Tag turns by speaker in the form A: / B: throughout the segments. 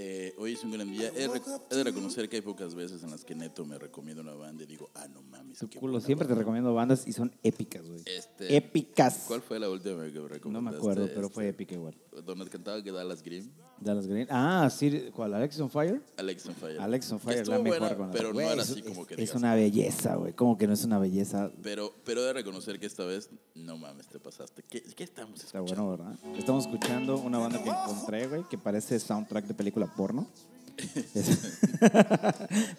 A: Eh, es un gran día. He, rec- he de reconocer que hay pocas veces en las que neto me recomienda una banda y digo, ah, no mames.
B: Tu
A: qué
B: culo.
A: buena
B: Siempre te
A: banda".
B: recomiendo bandas y son épicas, güey.
A: Este,
B: Épicas.
A: ¿Cuál fue la última que recomendaste?
B: No me acuerdo, pero fue épica igual.
A: Este, Donde cantaba que Dallas Green,
B: Dallas Green. Ah, sí, ¿cuál? ¿Alex on Fire?
A: Alex on Fire.
B: Alex on Fire,
A: Eh, Estuvo
B: la mejor
A: buena,
B: con
A: Pero no
B: Güey,
A: era
B: es-
A: así como
B: es-
A: que
B: Es
A: digas. "Ah".
B: una belleza, güey. ¿Cómo que no es una belleza?
A: Pero, pero he de reconocer que esta vez, no mames, te pasaste. ¿Qué, qué estamos
B: Está
A: escuchando?
B: bueno, ¿verdad? Estamos escuchando una banda que encontré, güey, que parece soundtrack de película porno. Es-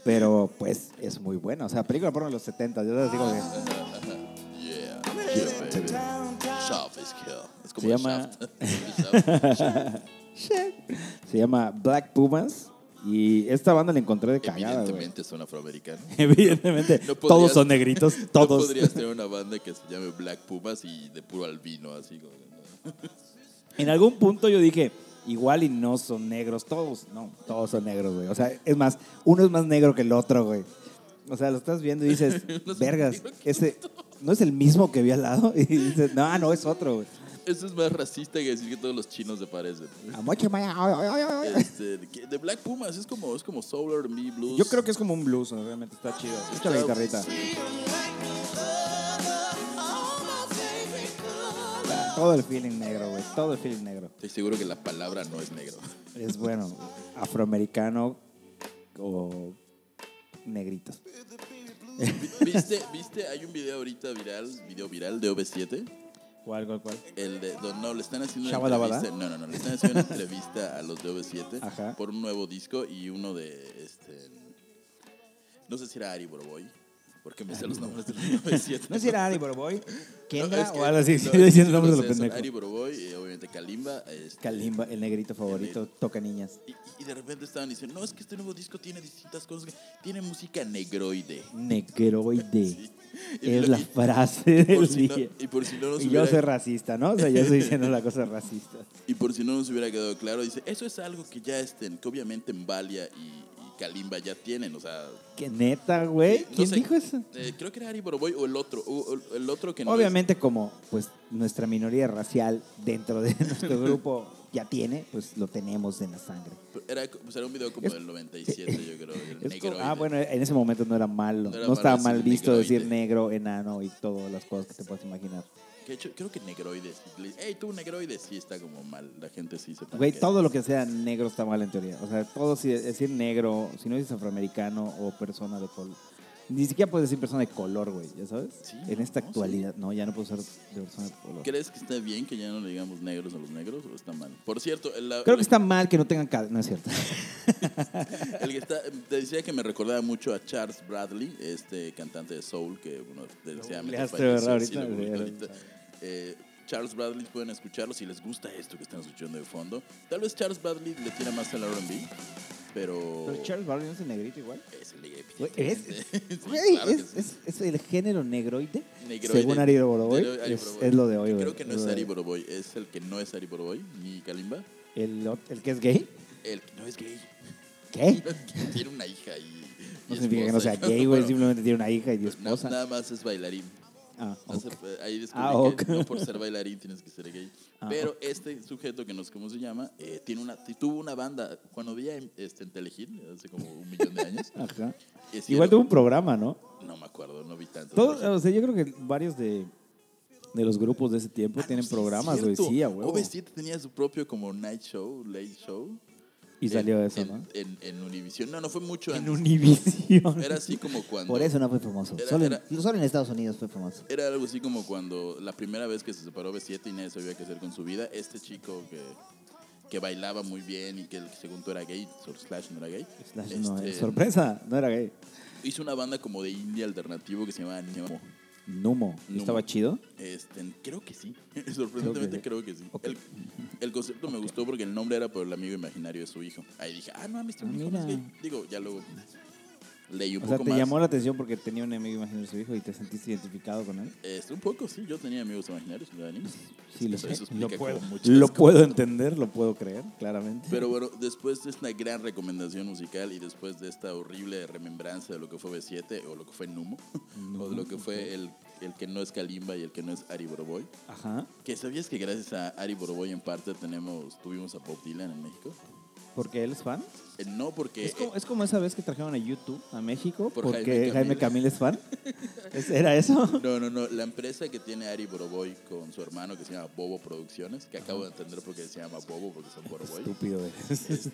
B: Pero, pues, es muy buena. O sea, película porno de los 70, yo les digo
A: Ah.
B: que...
A: Yeah, yeah, baby. Shaft is hell. Es como
B: Se
A: el
B: llama-
A: Shaft. El Shaft.
B: Se llama Black Pumas y esta banda la encontré de cagada, güey.
A: Evidentemente son afroamericanos.
B: Evidentemente,
A: No
B: todos
A: podrías-
B: son negritos,
A: No
B: todos.
A: podrías tener una banda que se llame Black Pumas y de puro albino, así como. ¿no?
B: En algún punto yo dije, igual y no son negros todos. No, todos son negros, güey. O sea, es más, uno es más negro que el otro, güey. O sea, lo estás viendo y dices, vergas, ese no es el mismo que vi al lado. Y dices, no, no, es otro, güey.
A: Eso es más racista que decir que todos los chinos se parecen.
B: A mucho más, ay, ay, ay, ay.
A: Este, de que- de Black Pumas es como, es como Soul R&B Blues.
B: Yo creo que es como un blues, ¿no? realmente está chido. Escucha la guitarrita. Todo el feeling negro, güey. Todo el feeling negro.
A: Estoy seguro que la palabra no es negro.
B: Es bueno, afroamericano o negritos.
A: ¿Viste, viste? Hay un video ahorita viral, video viral de OV7.
B: ¿Cuál, cuál, cuál?
A: El de, no, no, le están haciendo una
B: Shabalabala.
A: entrevista. No, no, no, le están haciendo una entrevista a los de OV7
B: Ajá.
A: por un nuevo disco y uno de este. No sé si era Ari Boroboy, porque me sé los nombres de los OV7.
B: No sé si era Ari Boroboy, Kendra
A: es que-
B: o algo así.
A: no,
B: Sí,
A: es que
B: diciendo
A: no
B: nombres de
A: sé,
B: los
A: son
B: pendejos.
A: Ari Boroboy, eh, obviamente Kalimba. este,
B: Kalimba, el negrito favorito, toca niñas.
A: Y, y de repente estaban diciendo, no, es que este nuevo disco tiene distintas cosas. Tiene música negroide.
B: Negroide.
A: Y
B: Es
A: lo-
B: la
A: y
B: frase
A: por
B: del
A: si no-
B: día.
A: y por si no nos
B: Y yo soy
A: hubiera-
B: racista, ¿no? O sea, yo estoy diciendo la cosa racista.
A: Y por si no nos hubiera quedado claro, dice, eso es algo que ya estén, que obviamente Mbalia y, y Kalimba ya tienen, o sea...
B: Que neta, güey.
A: eh, no
B: ¿Quién
A: sé,
B: dijo eso?
A: eh, creo que era Ari Boroboy o el otro, o- o el otro que no
B: Obviamente como pues nuestra minoría racial dentro de nuestro grupo ya tiene, pues lo tenemos en la sangre.
A: es- era, pues, era un video como del 97, yo creo, el
B: Es como-
A: negro.
B: ah, bueno, en ese momento no era malo,
A: No
B: no,
A: era
B: estaba
A: malo decir
B: mal visto decir
A: negroide.
B: negro, enano y todas las cosas que te puedas imaginar.
A: Que de hecho, creo que negroides. Le- Ey, tú negroides sí está como mal, la gente sí se
B: Güey,
A: panquea.
B: todo lo que sea negro está mal en teoría. O sea, todo si decir negro, si no dices afroamericano o persona de color. Ni siquiera puedes decir persona de color, güey, ¿ya sabes?
A: Sí,
B: en esta
A: no,
B: actualidad, no, ya no puedo ser de persona de color.
A: ¿Crees que está bien que ya no le digamos negros a los negros o está mal? Por cierto, el, la-
B: Creo que está mal que no tengan cadena, no es cierto.
A: el que está, te decía que me recordaba mucho a Charles Bradley, este cantante de soul que, bueno, desgraciadamente
B: googleaste,
A: falleció,
B: ¿verdad?
A: sí, lo
B: Ahorita,
A: googleé
B: ahorita.
A: ahorita. Eh, Charles Bradley pueden escucharlo si les gusta esto que están escuchando de fondo. Tal vez Charles Bradley le tira más al R&B, pero,
B: Pero Charles Barley no es de negrito igual.
A: es el
B: Güey,
A: evidente.
B: ¿ves?
A: Sí,
B: Güey,
A: claro que
B: es,
A: sí.
B: es- es el género negroide.
A: Negroide.
B: Según Ari Boroboy,
A: Pero Ari
B: es,
A: Boroboy.
B: es lo de hoy,
A: Que
B: güey.
A: Creo que no
B: lo
A: es
B: de
A: Ari
B: hoy.
A: Boroboy, es el que no es Ari Boroboy, ni Kalimba,
B: ¿El, ot- el que es gay?
A: el que no es gay.
B: ¿Qué?
A: tiene una hija y. y
B: No significa que no
A: esposa.
B: sea gay, güey.
A: Bueno,
B: Simplemente tiene una hija y
A: na-
B: esposa.
A: Nada más es bailarín.
B: ah,
A: No
B: ok.
A: se puede- ahí descubrí
B: Ah,
A: que
B: ok.
A: no por ser bailarín tienes que ser gay.
B: Ah,
A: Pero este sujeto que no sé cómo se llama, eh, tiene una, tuvo una banda cuando vi en, este, en Telehit hace como un millón de años.
B: Ajá.
A: hicieron-
B: Igual tuvo un programa, ¿no?
A: No me acuerdo, no vi tanto.
B: Todos,
A: Telehit.
B: o sea, yo creo que varios de, de los grupos de ese tiempo
A: Ah, no,
B: tienen
A: sí,
B: programas,
A: es
B: güey.
A: cierto.
B: Sí, a huevo.
A: OV7 tenía su propio como night show, late show.
B: Y
A: En-
B: salió eso,
A: en,
B: ¿no?
A: En, en Univision. No, no fue mucho
B: En
A: antes.
B: Univision.
A: Era así como cuando.
C: Por eso no fue famoso.
A: Era-
C: solo,
A: era-
C: En, solo en Estados Unidos fue famoso.
A: Era algo así como cuando la primera vez que se separó B7 y nadie sabía qué hacer con su vida, este chico que, que bailaba muy bien y que el- según tú era gay, sor- slash no era gay,
B: Slash, no,
A: este,
B: eh, sorpresa, no era gay.
A: hizo una banda como de indie alternativo que se llamaba Nemo.
B: Numo. ¿Y
A: Numo.
B: ¿Estaba chido?
A: Este, creo que sí, sorprendentemente creo que sí.
B: Ok.
A: El, el concepto me gustó porque el nombre era por el amigo imaginario de su hijo. Ahí dije, ah, no mames, tu
B: Ah,
A: hijo no es
B: mira.
A: gay. Digo, ya luego leí un
B: O sea,
A: poco
B: te
A: más.
B: llamó la atención porque tenía un amigo imaginario de su hijo y te sentiste identificado con él.
A: Este, un poco, sí, yo tenía amigos imaginarios, ¿verdad, Dani?
B: Sí, lo
A: Eso-
B: sé.
A: eso explica como muchas
B: Lo
A: cosas.
B: puedo entender, lo puedo creer, claramente.
A: Pero bueno, después de esta gran recomendación musical y después de esta horrible remembranza de lo que fue B7 o lo que fue Numo, o de lo que fue el, el que no es Kalimba y el que no es Ari Boroboy,
B: Ajá.
A: que sabías que gracias a Ari Boroboy en parte tenemos, tuvimos a Bob Dylan en México.
B: ¿Porque él es fan?
A: Eh, No, porque
B: Es como,
A: eh,
B: es como esa vez que trajeron a YouTube a México
A: Por
B: porque
D: ¿Que
A: Jaime
D: Jaime Camil es fan? ¿Es- ¿Era eso?
A: No, no, no. La empresa que tiene Ari Boroboy con su hermano que se llama Bobo Producciones, que acabo de entender porque se llama Bobo, porque son Boroboy.
D: Estúpido eres.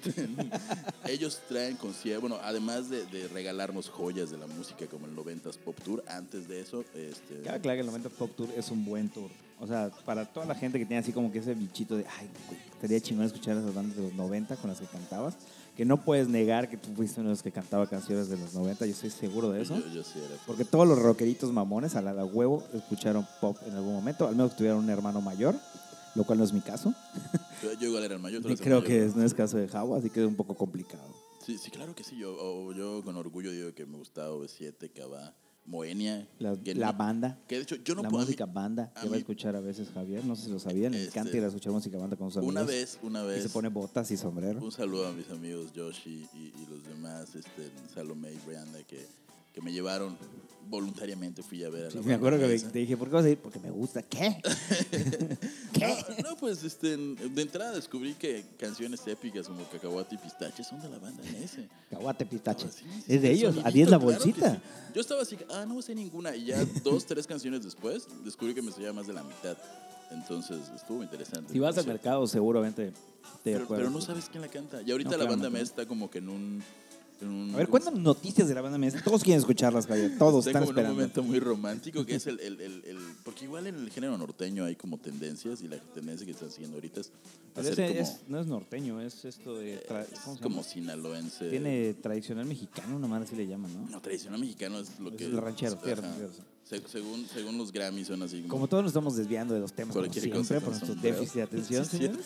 A: Ellos traen conciertos, bueno, además de, de regalarnos joyas de la música como el 90s Pop Tour, antes de eso, este,
B: Cabe aclarar que el 90 Pop Tour es un buen tour. O sea, para toda la gente que tiene así como que ese bichito de, ay, güey, estaría chingón escuchar a esas bandas de los 90 con las que cantabas, que no puedes negar que tú fuiste uno de los que cantaba canciones de los 90, yo estoy seguro de eso.
A: Yo, yo sí era.
B: Porque todos los rockeritos mamones a la, la huevo escucharon pop en algún momento, al menos que tuvieron un hermano mayor, lo cual no es mi caso.
A: Yo, yo igual era el mayor. tú
B: Y
A: eras el
B: creo
A: mayor,
B: que
A: ¿no?
B: es- no es caso de Javo, así que es un poco complicado.
A: Sí, sí, claro que sí. Yo, o- yo con orgullo digo que me gustaba OV7, Cava, Moenia.
B: La,
A: que
B: la
A: ni-
B: banda.
A: Que de hecho, yo no
B: la
A: puedo. a mí-
B: música banda
A: a
B: que va
A: mí-
B: a escuchar a veces Javier, no sé si lo sabían, le
A: Este,
B: encanta ir a escuchar música banda con sus amigos.
A: Una vez, una
B: Y
A: vez. pues,
B: se pone botas y sombrero.
A: Un saludo a mis amigos Josh y, y- y los demás, este, Salomé y Brianda, que, que me llevaron voluntariamente, fui a ver a la
B: me acuerdo que
A: banda
B: le-
A: esa.
B: te dije, ¿por qué vas a ir? Porque me gusta. ¿Qué? ¿Qué?
A: No, no, pues este, de entrada descubrí que canciones épicas como Cacahuate y Pistache son de la banda MS.
B: Caguate pitache.
A: Ah, sí, sí,
B: es de
A: el
B: ellos, a
A: sonidito,
B: 10 la
A: claro que
B: bolsita.
A: sí. Yo estaba así, ah, no sé ninguna. Y ya dos, tres canciones después, descubrí que me sabía más de la mitad. Entonces, estuvo interesante.
B: Si vas al
A: Sí.
B: mercado, seguramente te
A: Pero,
B: acuerdas.
A: pero no sabes quién la canta. Y ahorita
B: No,
A: la banda
B: claramente.
A: MS está como que en un... en un-
B: A
A: ¿cómo
B: ver,
A: se-
B: cuéntanos noticias de la banda MS. Todos quieren escucharlas, Javier. Todos
A: Está
B: están
A: como en un
B: esperando.
A: momento muy romántico que es el, el- el- el- Porque igual en el género norteño hay como tendencias y la tendencia que están siguiendo ahorita es
B: Pero
A: hacer
B: ese
A: como,
B: es- no es norteño, es esto de. tra-
A: es
B: ¿cómo se
A: como
B: llama?
A: sinaloense.
B: Tiene tradicional mexicano, una madre así le llaman, ¿no?
A: No, tradicional mexicano es lo
B: Es
A: que...
B: el ranchero, sí,
A: ajá.
B: ranchero, sí.
A: Se- según, según los Grammys son así
B: Como
A: como...
B: todos nos estamos desviando de los temas como
A: Cualquier
B: siempre,
A: cosa
B: por
A: con
B: nuestro
A: sombrero.
B: déficit de atención,
A: Sí, sí.
B: señores.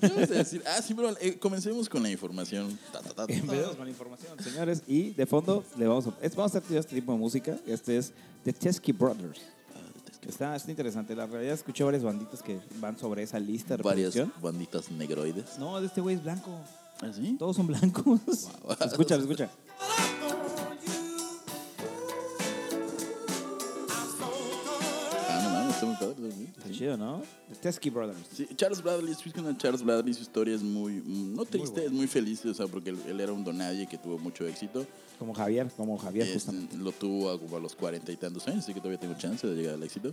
A: ¿Qué vas a decir? Ah, sí, pero eh, comencemos con la información. Ta, ta, ta, ta,
B: Empezamos
A: ta.
B: con la información, señores. Y de fondo, le vamos a, es- vamos a hacer este tipo de música. Este es The Teskey Brothers.
A: Ah,
B: Está, está interesante. La realidad, escuché varias banditas que van sobre esa lista de
A: Varias
B: reproducción.
A: banditas negroides.
B: No, de este güey es blanco.
A: ¿Ah, sí?
B: Todos son blancos. Escucha, escucha.
A: Ah, no, mames, está muy padre. está muy bien.
B: Está chido, ¿no? The Teskey Brothers.
A: Sí, Charles Bradley, si buscan a Charles Bradley, su historia es muy, mm, no triste, es muy feliz, o sea, porque él, él era un donadie que tuvo mucho éxito.
B: Como Javier, como Javier,
A: Eh,
B: justamente.
A: lo tuvo a, como a los cuarenta y tantos años, así que todavía tengo chance de llegar al éxito.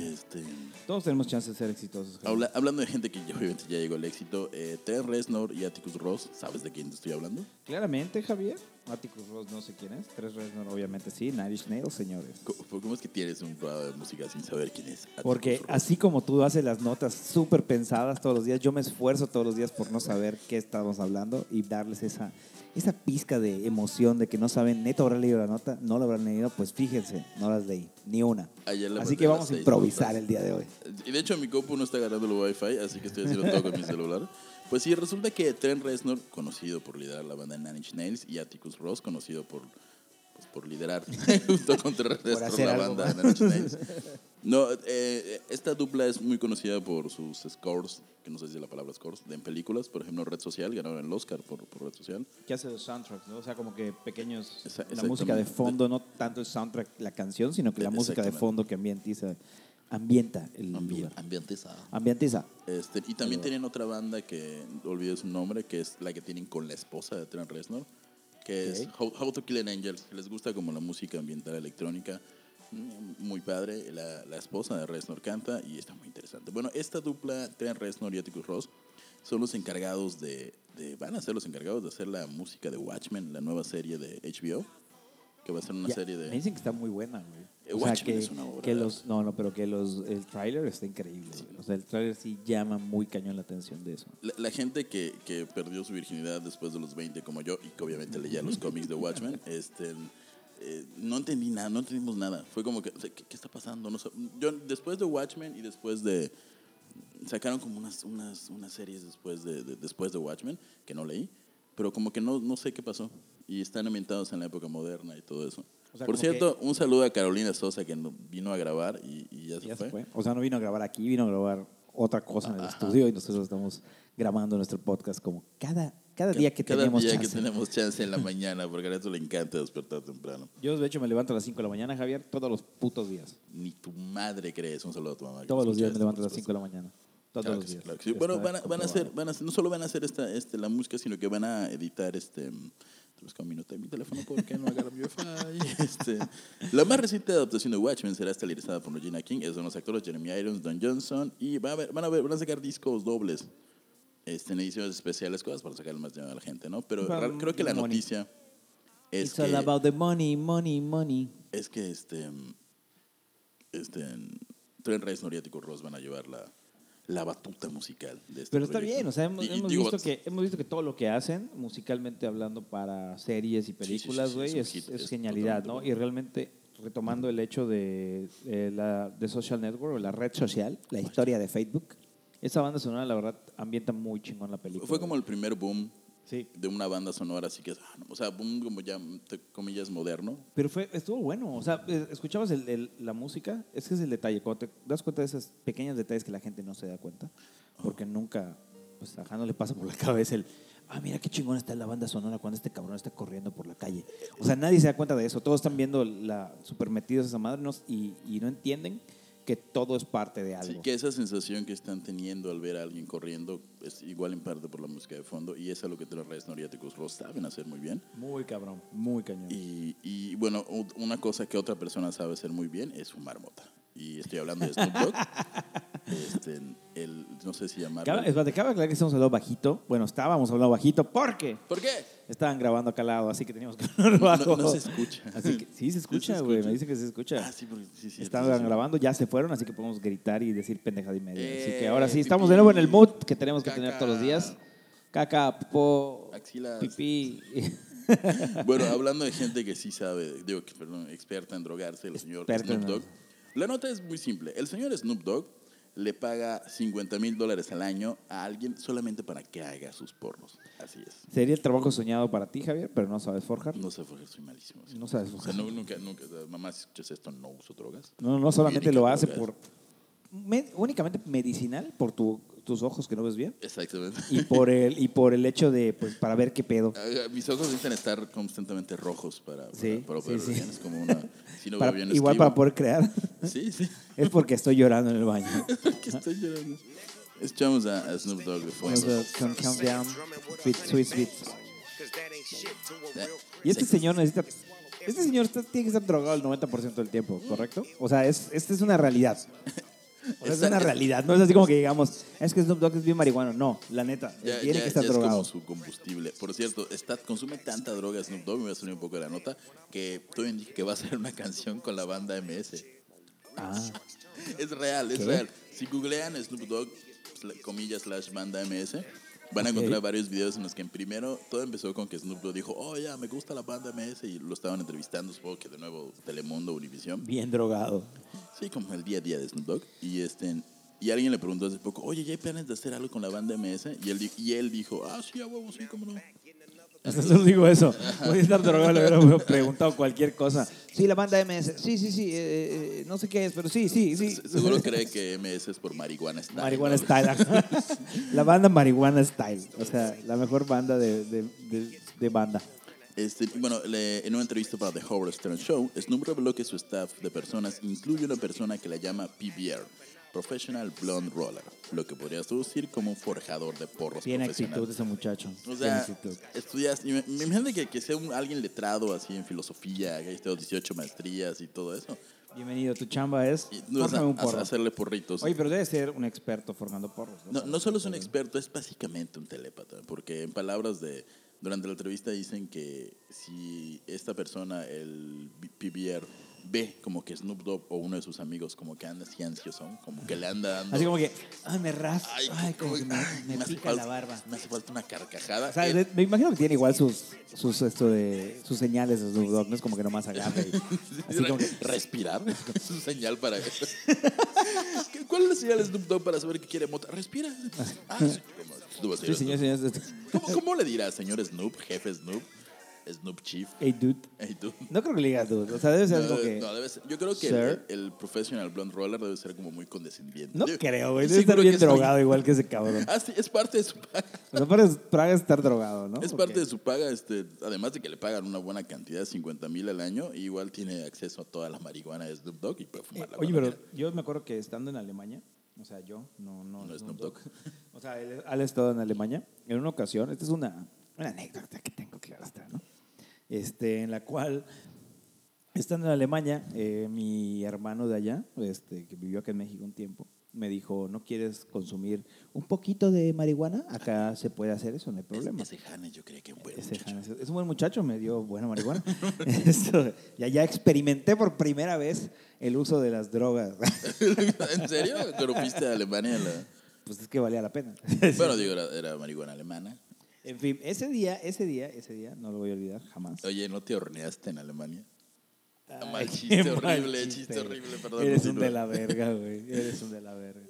A: Este,
B: Todos tenemos chance de ser exitosos. Javier.
A: habla- hablando de gente que ya, obviamente ya llegó al éxito, eh, Trent Reznor y Atticus Ross, ¿sabes de quién te estoy hablando?
B: Claramente, Javier. Atticus Ross, no sé quién es. Tres Reznor, obviamente sí. Narish Nail, señores.
A: ¿Cómo, cómo es que tienes un programa de música sin saber quién es? Atticus
B: Porque
A: Ross?
B: así como tú haces las notas súper pensadas todos los días, yo me esfuerzo todos los días por no saber qué estamos hablando y darles esa, esa pizca de emoción de que no saben, neto habrá leído la nota, no la habrán leído, pues fíjense, no las leí, ni una.
A: Ayer le
B: Así
A: mandé
B: que
A: las
B: vamos a
A: seis
B: improvisar
A: notas.
B: el día de hoy.
A: Y de hecho mi compu no está agarrando el wifi, así que estoy haciendo todo con mi celular. Pues sí, resulta que Trent Reznor, conocido por liderar la banda Nine Inch Nails, y Atticus Ross, conocido por, pues, por liderar junto con Trent Reznor
B: hacer
A: la
B: algo
A: banda
B: más.
A: Nine Inch Nails. No, eh, esta dupla es muy conocida por sus scores, que no sé si es la palabra scores, de en películas, por ejemplo Red Social, ganaron el Oscar por, por Red Social.
B: ¿Qué hace los soundtracks? O sea, como que pequeños,
A: Esa-
B: la música de
A: exactamente.
B: fondo, no tanto el soundtrack, la canción, sino que la música de
A: Exactamente.
B: fondo que ambientiza, ambienta el
A: Ambi-
B: lugar.
A: Ambientizada.
B: Ambientiza.
A: Este, y también tienen otra banda que olvidé su nombre, que es la que tienen con la esposa de Trent Reznor, que es How, How to Kill an Angel. Les gusta como la música ambiental electrónica, mm, muy padre. La, la esposa de Reznor canta y está muy interesante. Bueno, esta dupla, Trent Reznor y Atticus Ross, son los encargados de, de- van a ser los encargados de hacer la música de Watchmen, la nueva serie de HBO, que va a ser una
B: Ya,
A: serie de...
B: Me dicen que está muy buena, güey.
A: Eh, Watchmen es una obra
B: que
A: de
B: los, no, no, pero que los, el tráiler está increíble. güey. O sea, el tráiler sí llama muy cañón la atención de eso.
A: La, la gente que, que perdió su virginidad después de los 20, como yo, y que obviamente leía los cómics de Watchmen, este, eh, no entendí nada, no entendimos nada. Fue como que, o sea, ¿qué, qué está pasando? No sé. yo, después de Watchmen y después de... Sacaron como unas, unas, unas series después de, de- después de Watchmen, que no leí, pero como que no, no sé qué pasó. Y están ambientados en la época moderna y todo eso.
B: O sea,
A: Por
B: como
A: cierto, un saludo a Carolina Sosa, que no- vino a grabar y, y ya, se,
B: Ya
A: fue.
B: se fue. O sea, no vino a grabar aquí, vino a grabar otra cosa en el estudio y nosotros estamos grabando nuestro podcast como cada, cada día que
A: Cada
B: tenemos
A: día
B: chance.
A: que tenemos chance en la mañana, porque a esto le encanta despertar temprano.
B: Yo, de hecho, me levanto a las 5 de la mañana, Javier, todos los putos días.
A: Ni tu madre crees. Un saludo a tu mamá. que
B: Todos
A: me
B: los días me
A: escucha
B: levanto a las
A: esto,
B: 5 de la mañana.
A: por
B: Todos
A: Claro
B: los
A: que sí,
B: días.
A: claro que sí. Bueno,
B: Está
A: van a, van a hacer,
B: comprobado.
A: van a hacer- no solo van a hacer esta, este, la música, sino que van a editar este. Te busco un minuto en mi teléfono porque no agarra mi wifi. Este, la más reciente adaptación de Watchmen será estelarizada por Regina King. Esos son los actores Jeremy Irons, Don Johnson. Y va a haber- van, a ver, van a sacar discos dobles este, en ediciones especiales, cosas para sacar más dinero a la gente, ¿no? Pero
B: Va-
A: ra- creo que la
B: money.
A: noticia es
C: It's all
A: que,
C: about the money, money, money.
A: es que este. Este. Tren Reznor y Atticus Ross van a llevar la. La batuta musical de este
B: Pero está
A: proyecto.
B: bien, o sea, hemos,
A: Y- y
B: hemos
A: digo,
B: visto que, hemos visto que todo lo que hacen, musicalmente hablando, para series y películas,
A: sí,
B: güey,
A: es un
B: es,
A: hit,
B: es
A: es
B: genialidad,
A: totalmente
B: ¿no?
A: bueno.
B: Y realmente, retomando el hecho de, eh, la, de Social Network, o la red social,
C: La historia de Facebook.
B: esa banda sonora, la verdad, ambienta muy chingón la película.
A: Fue como
B: güey.
A: el primer boom
B: Sí,
A: de una banda sonora, así que, ah, no, o sea, boom como ya, entre comillas, moderno.
B: pero fue, estuvo bueno, o sea, eh, escuchabas el- el- la música, es que es el detalle, cuando te das cuenta de esos pequeños detalles que la gente no se da cuenta, porque nunca, pues, ajá, no le pasa por la cabeza el...
C: Ah, mira qué chingón está la banda sonora cuando este cabrón está corriendo por la calle.
B: O sea, nadie se da cuenta de eso. Todos están viendo la super metidos a esa madre ¿no? y, y no entienden que todo es parte de
A: Así
B: algo.
A: que esa sensación que están teniendo al ver a alguien corriendo es igual en parte por la música de fondo y es algo que los Reznor y Atticus Ross saben hacer muy bien.
B: Muy cabrón, muy cañón.
A: Y, y, bueno, u- una cosa que otra persona sabe hacer muy bien es fumar mota. Y estoy hablando de Snoop Dogg. Este, el, no sé si llamarlo.
B: Cabe, es más, te cabe aclarar que estamos hablando bajito. Bueno, estábamos hablando bajito porque
A: ¿Por qué?
B: estaban grabando acá al lado, así que teníamos que hablar
A: No-
B: bajo.
A: No, se escucha.
B: Así que sí se escucha, güey. Me dice que se escucha.
A: Ah, sí, porque sí, sí.
B: Estaban grabando, ya se fueron, así que podemos gritar y decir pendejada y media. así que ahora sí,
A: Eh,
B: estamos
A: pipí,
B: de nuevo en el mood que tenemos que
A: caca.
B: tener todos los días. Caca, popo,
A: Axilas.
B: pipí.
A: Bueno, hablando de gente que sí sabe, digo, que, perdón, experta en drogarse, el señor
B: Experta en
A: Snoop Dogg.
B: drogarse.
A: La nota es muy simple. El señor Snoop Dogg le paga 50 mil dólares al año a alguien solamente para que haga sus pornos. Así es.
B: Sería el trabajo soñado para ti, Javier, pero no sabes forjar.
A: No sé, porque soy malísimo.
B: No sabes
A: O sea,
B: forjar.
A: no, nunca, nunca. o sea, mamá, si escuchas esto, no uso drogas.
B: No, no solamente
A: Única
B: lo hace
A: droga.
B: por me- únicamente medicinal por tu- tus ojos que no ves bien
A: Exactamente.
B: y por el y por el hecho de pues para ver qué pedo.
A: Ah, Mis ojos necesitan estar constantemente rojos para, para,
B: Sí,
A: para poder
B: sí,
A: ver
B: sí.
A: bien. Es como una. Si no veo
B: Para-
A: bien, no
B: igual
A: escribo.
B: para poder crear.
A: Sí, sí.
B: Es porque estoy llorando en el baño.
A: que estoy llorando. Escuchamos a, a Snoop Dogg de fondo.
B: Vamos a- con Countdown, Beat, Swiss Beats. Y este
A: Sí.
B: señor necesita este señor está- tiene que estar drogado el 90% del tiempo, ¿correcto? O sea, es, esta es una realidad. O sea, es
A: Esa-
B: una realidad. No es así como que digamos, es que Snoop Dogg es bien marihuano. No, la neta,
A: Ya,
B: tiene
A: ya-
B: que estar
A: ya
B: drogado.
A: Es como su combustible. Por cierto, está, consume tanta droga Snoop Dogg, me voy a salir un poco de la nota, que todo indica que va a hacer una canción con la banda MS.
B: Ah,
A: Es real, es real. Si googlean Snoop Dogg, sla- comillas, slash banda MS, van a encontrar varios videos en los que en primero todo empezó con que Snoop Dogg dijo, oh, ya, me gusta la banda MS, y lo estaban entrevistando, supongo que de nuevo Telemundo, Univisión.
B: Bien drogado.
A: Sí, como el día a día de Snoop Dogg. Y, este, y alguien le preguntó hace poco, oye, ¿ya hay planes de hacer algo con la banda MS? Y él, di- y él dijo, ah, sí, a huevo, sí, cómo no.
B: Hasta solo digo eso. Voy a estar drogado, le hubiera preguntado cualquier cosa. Sí, la banda MS. Sí, sí, sí. eh, eh, no sé qué es, pero sí, sí, sí.
A: Se- Seguro cree que MS es por marihuana style.
B: Marihuana
A: ¿no?
B: Style. ajá. la banda Marihuana Style. O sea, la mejor banda de, de, de- de banda.
A: Este, bueno, le- en una entrevista para The Howard Stern Show, Snoop reveló que su staff de personas incluye una persona que la llama PBR, Professional Blonde Roller, lo que podrías traducir como un forjador de porros
C: Tiene
A: profesional.
C: actitud ese muchacho.
A: O
C: Tiene
A: sea,
C: actitud.
A: estudias, y me, me imagino que, que sea un- alguien letrado así en filosofía, que haya estudiado 18 maestrías y todo eso.
B: Bienvenido, tu chamba es.
A: Y no es a-
B: fórmame un
A: a-
B: porro.
A: hacerle porritos.
B: Oye, pero debe ser un experto formando porros.
A: No, no solo es un experto, es básicamente un telépata, porque en palabras de, durante la entrevista dicen que si esta persona, el B- PBR, ve como que Snoop Dogg o uno de sus amigos como que anda así ansioso, como que le anda dando...
B: Así como que, ay, me raspa. Ay, como
A: como-
B: que me,
A: ay,
B: me
A: hace
B: pica la
A: falta-
B: barba.
A: Me hace falta una carcajada.
B: O sea,
A: Eh,
B: de- me imagino que tiene igual sus, sus, esto de, sus señales de Snoop Dogg, no es como que nomás agarre. y- así como que,
A: respirar es un señal para eso. ¿Cuál es la señal de Snoop Dogg para saber que quiere mota? Respira. Ah, sí, como- Snoop,
B: sí, señor, señor. este,
A: ¿Cómo, cómo le dirás, señor Snoop, jefe Snoop, Snoop Chief?
B: Hey, dude.
A: Hey, dude?
B: No creo que le digas dude. O sea, debe ser
A: No,
B: algo que.
A: no, debe ser- yo creo que
B: Sir.
A: el, el professional blonde roller debe ser como muy condescendiente.
B: No
A: Yo-
B: creo, güey.
A: yo
B: Debe estar
A: seguro
B: bien
A: que es muy-
B: drogado igual que ese cabrón.
A: Ah, sí, es parte de su paga.
B: O sea, para Praga estar drogado, ¿no?
A: Es
B: Porque-
A: parte de su paga, este, además de que le pagan una buena cantidad, 50 mil al año, igual tiene acceso a toda la marihuana de Snoop Dogg y puede
B: Eh,
A: fumar la
B: oye,
A: buena
B: pero yo me acuerdo que estando en Alemania, O sea, yo, no, no.
A: No es Snoop Dogg.
B: O sea, él, él ha estado en Alemania en una ocasión. Esta es una, una anécdota que tengo clara hasta, ¿no? Este, en la cual, estando en Alemania, eh, mi hermano de allá, este, que vivió acá en México un tiempo, me dijo, ¿no quieres consumir un poquito de marihuana? Acá se puede hacer eso, no hay problema.
A: Ese Hannes yo creía que un buen
B: Ese
A: muchacho.
B: Hans es un buen muchacho, me dio buena marihuana. Eso, ya, ya experimenté por primera vez el uso de las drogas.
A: ¿En serio? Pero fuiste a Alemania. la-
B: Pues es que valía la pena.
A: Bueno, digo, era, era marihuana alemana.
B: En fin, ese día, ese día, ese día, no lo voy a olvidar jamás.
A: Oye, ¿no te horneaste en Alemania?
B: Ay,
A: mal
B: qué
A: chiste,
B: mal
A: horrible, chiste
B: güey.
A: horrible, perdón,
B: Eres un
A: continúa. Este.
B: de la verga, güey. Eres un de la verga.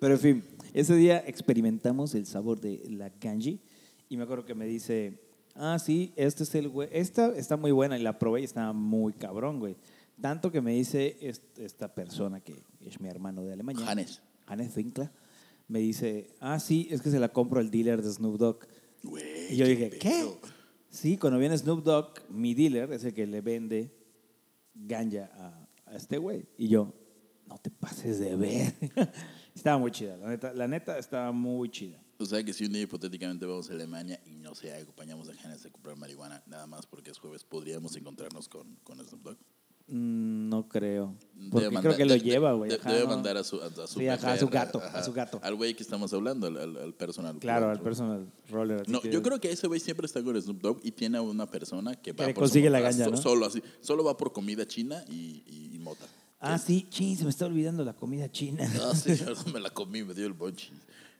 B: Pero en fin, ese día experimentamos el sabor de la ganji y me acuerdo que me dice, ah, sí, este es el güey, esta está muy buena y la probé y estaba muy cabrón, güey. Tanto que me dice est- esta persona que es mi hermano de Alemania.
A: Hannes.
B: Hannes Winkler. Me dice, ah, sí, es que se la compro al dealer de Snoop Dogg.
A: Güey.
B: Y yo dije, ¿qué?
A: pedo?
B: Sí, cuando viene Snoop Dogg, mi dealer es el que le vende ganja a, a este güey. Y yo, no te pases de ver. estaba muy chida, la neta, la neta estaba muy chida.
A: O sea que si un día hipotéticamente vamos a Alemania y no sé, acompañamos a Hannes a comprar marihuana, nada más porque es jueves, podríamos encontrarnos con, con Snoop Dogg.
B: Mm, no creo.
A: Debe
B: Porque
A: mandar-
B: creo que lo
A: de- de-
B: lleva, güey.
A: de-
B: Ajá,
A: debe
B: no.
A: mandar a su, a, a su
B: Sí, ajá, a su
A: PGR,
B: gato, a su gato.
A: Al güey que estamos hablando, al, al, al personal.
B: Claro, al
A: Roller.
B: personal roller.
A: No, yo creo que ese güey siempre está con Snoop Dogg y tiene a una persona que va
B: le
A: por su
B: consigue la
A: mota,
B: ganja,
A: so-
B: ¿no?
A: Solo así, solo va por comida china y, y- y mota.
B: Ah, sí, chin, se me está olvidando la comida china.
A: Ah, sí, yo me la comí, me dio el bonchi.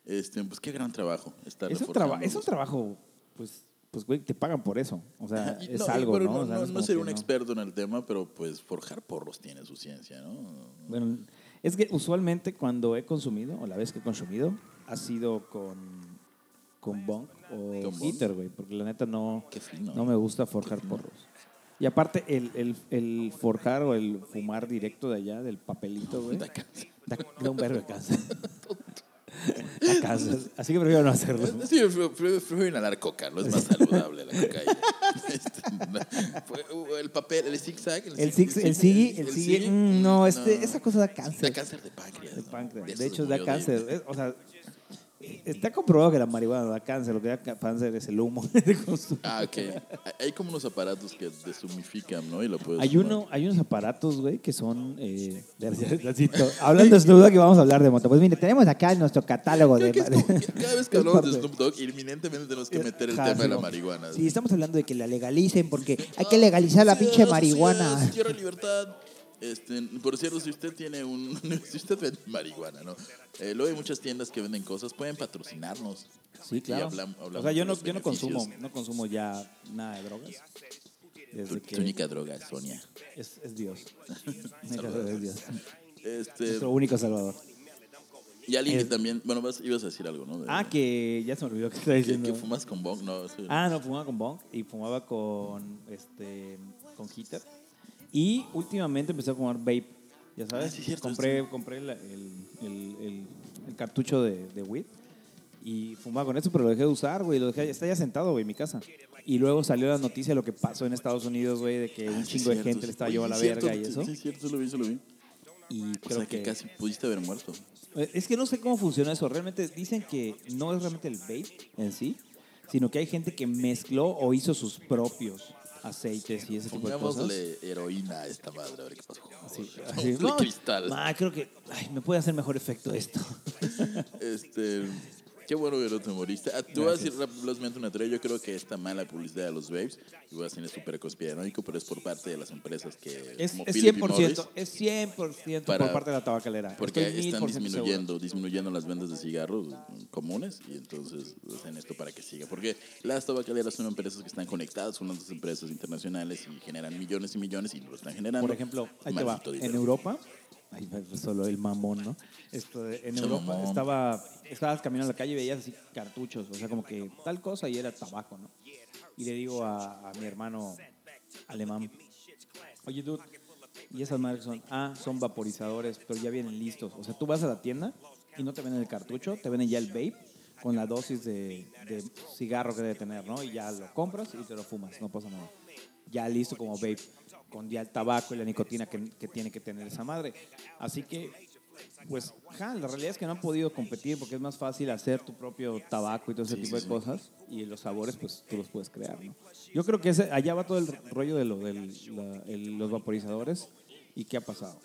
A: Este, pues qué gran trabajo. estar
B: es, un traba-
A: reforzando
B: es un
A: los-
B: trabajo, pues, pues, güey, te pagan por eso. O sea,
A: Y
B: es
A: no,
B: algo,
A: pero
B: ¿no? O sea,
A: no,
B: es
A: no
B: como
A: seré
B: que
A: un
B: no.
A: experto en el tema, pero pues forjar porros tiene su ciencia, ¿no?
B: Bueno, es que usualmente cuando he consumido, o la vez que he consumido, ha sido con, con Bonk o
A: Bonk.
B: Peter, güey, porque la neta no,
A: Qué fino.
B: no me gusta forjar porros. Y aparte, el, el, el forjar o el fumar directo de allá, del papelito, güey,
A: Da cáncer.
B: da, da un verbo de cáncer. Da cáncer. Así que prefiero no hacerlo.
A: Sí, prefiero- prefiero prefiero inhalar coca, no es más saludable la cocaína. Este, no. Fue- uh, el papel, el zigzag.
B: El sig, el sigui, el sigui, mm, no, este, esa cosa da cáncer.
A: Da cáncer de páncreas.
B: De
A: ¿no?
B: páncreas.
A: Eso
B: De
A: se
B: hecho, da
A: murió
B: cáncer. Es- O sea, está comprobado que la marihuana da cáncer. Lo que da ca- cáncer es el humo. de consumo.
A: Ah, ok. Hay- Hay como unos aparatos que deshumifican, ¿no? Y lo puedes
B: hay,
A: fumar.
B: uno, hay unos aparatos, güey, que son... eh, gracias, Lancito. Hablando de Snoop Dogg, y vamos a hablar de moto. Pues mire, tenemos acá nuestro catálogo
A: Creo
B: de...
A: que es como que cada vez que
B: Es
A: hablamos de
B: parte.
A: Snoop Dogg, inminentemente tenemos que meter el
B: Ajá,
A: tema de la
B: Simón.
A: marihuana.
C: Sí, estamos hablando de que la legalicen porque hay que legalizar la
A: Sí,
C: pinche
A: sí,
C: marihuana.
A: sí, Quiero libertad. Este, por cierto, si usted tiene un. Si usted vende marihuana, ¿no? Eh, luego hay muchas tiendas que venden cosas, pueden patrocinarnos.
B: Sí, claro.
A: Y hablam- hablamos
B: o sea, yo
A: de
B: no,
A: los
B: yo no
A: beneficios.
B: consumo, no consumo ya nada de drogas.
A: Tu,
B: Desde
A: tu
B: que
A: única droga, es Sonia.
B: es, es Dios. es Dios.
A: Este,
B: Nuestro único salvador.
A: y alguien que también. Bueno, vas- ibas a decir algo, ¿no? De-
B: Ah, que ya se me olvidó que estaba
A: que,
B: diciendo.
A: que fumas con bong, no. eso-
B: Ah, no, fumaba con Bonk y fumaba con este con Heater. Y últimamente empecé a fumar vape. Ya
A: Ah,
B: sabes,
A: sí, cierto,
B: compré, compré la- el, el- el- el cartucho de, de weed y fumaba con eso, pero lo dejé de usar, güey. Lo dejé, está ya sentado, güey, en mi casa. Y luego salió la noticia de lo que pasó en Estados Unidos, güey, de que
A: Ah,
B: un
A: sí,
B: chingo de
A: cierto,
B: gente
A: sí.
B: le estaba
A: Oye,
B: llevando a la
A: sí, cierto,
B: verga y eso.
A: Sí, sí, cierto, sí lo vi, sí lo vi.
B: Y
A: O
B: creo
A: sea, que,
B: que
A: casi pudiste haber muerto.
B: eh, Es que no sé cómo funciona eso. Realmente dicen que no es realmente el vape en sí, sino que hay gente que mezcló o hizo sus propios aceites y ese tipo de cosas.
A: Pongámosle heroína a esta madre, a ver qué pasó.
B: Sí, así.
A: Pongámosle
B: No,
A: cristal.
B: ma, creo que ay, me puede hacer mejor efecto esto.
A: Este, qué bueno que no te moriste. Ah, Te voy a decir rápidamente una teoría. Yo creo que esta mala publicidad de los vapes, igual tiene súper conspiranoico, pero es por parte de las empresas que.
B: Es,
A: como
B: es
A: Philip y
B: 100%,
A: Morris,
B: es 100%
A: Para-
B: por parte de la tabacalera.
A: porque
B: Estoy
A: están
B: 1000% seguro.
A: disminuyendo, disminuyendo las ventas de cigarros mm, comunes y entonces hacen esto para que siga. Porque las tabacaleras son empresas que están conectadas con otras empresas internacionales y generan millones y millones y lo están generando.
B: Por ejemplo, ahí te va.
A: Maldito dinero.
B: En Europa, ahí va solo el mamón, ¿no? Esto de- en
A: Che,
B: Europa
A: mamón.
B: estaba, estabas caminando a la calle y veías así cartuchos, o sea, como que tal cosa y era tabaco, ¿no? Y le digo a, a mi hermano alemán, oye, dude, y esas madres son, ah, son vaporizadores, pero ya vienen listos. O sea, tú vas a la tienda y no te venden el cartucho, te venden ya el vape con la dosis de, de cigarro que debe tener, ¿no? Y ya lo compras y te lo fumas, no pasa nada. Ya listo como vape, con ya el tabaco y la nicotina que, que tiene que tener esa madre. Así que pues, ja, la realidad es que no han podido competir porque es más fácil hacer tu propio tabaco y todo ese
A: Sí,
B: tipo
A: sí,
B: de
A: sí.
B: cosas. Y los sabores, pues tú los puedes crear, ¿no? Yo creo que ese- allá va todo el rollo de lo, del- la- el- los vaporizadores y qué ha pasado.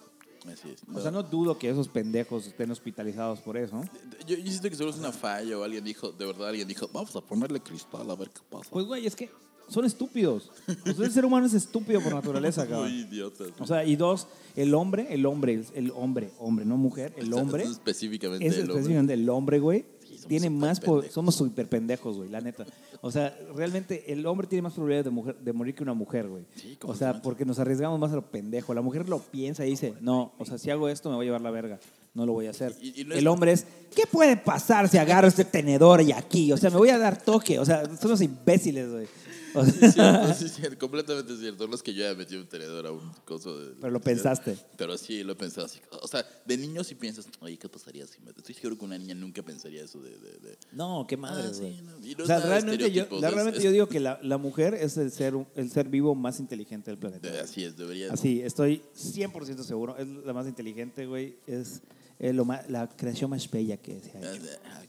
A: Así es.
B: O sea, no dudo que esos pendejos estén hospitalizados por eso.
A: Yo, yo siento que seguro es una falla o alguien dijo, de verdad alguien dijo, vamos a ponerle cristal a ver qué pasa.
B: Pues, güey, es que son estúpidos. O sea, el ser humano es estúpido por naturaleza, cabrón.
A: Muy idiota. sí.
B: O sea, y dos, el hombre, el hombre, el- el hombre, hombre, no mujer, el
A: Está-
B: hombre.
A: está Específicamente
B: Es
A: el hombre.
B: específicamente el hombre, güey.
A: pues, Sí, somos
B: tiene
A: súper
B: más. po-
A: pendejos.
B: Somos súper pendejos, güey, la neta. O sea, realmente el hombre tiene más probabilidades de, mujer, de morir que una mujer, güey.
A: Sí,
B: o sea,
A: completamente.
B: porque nos arriesgamos más a lo pendejo. La mujer lo piensa y dice, no, o sea, si hago esto me voy a llevar la verga. No lo voy a hacer.
A: Y- y no es-
B: el hombre es, ¿qué puede pasar si agarro este tenedor y aquí? O sea, me voy a dar toque. O sea, son los imbéciles, güey. O sea,
A: Sí, cierto, sí, cierto, completamente cierto. No es que yo haya metido un tenedor a un coso de.
B: Pero lo pensaste.
A: Pero sí, lo he pensado así. O sea, de niño sí piensas, oye, ¿qué pasaría si me.? Estoy seguro que una niña nunca pensaría eso de. de, de-
B: No, qué madre,
A: Ah, sí,
B: güey.
A: no, y no
B: o sea,
A: es nada de
B: realmente, yo,
A: estereotipos,
B: la-
A: es-
B: realmente
A: es-
B: yo digo que la, la mujer es el ser, el ser vivo más inteligente del planeta.
A: de- así es, debería.
B: Así, estoy 100% seguro. Es la más inteligente, güey. Es eh, lo más- la creación más bella que se ha hecho.
A: ah,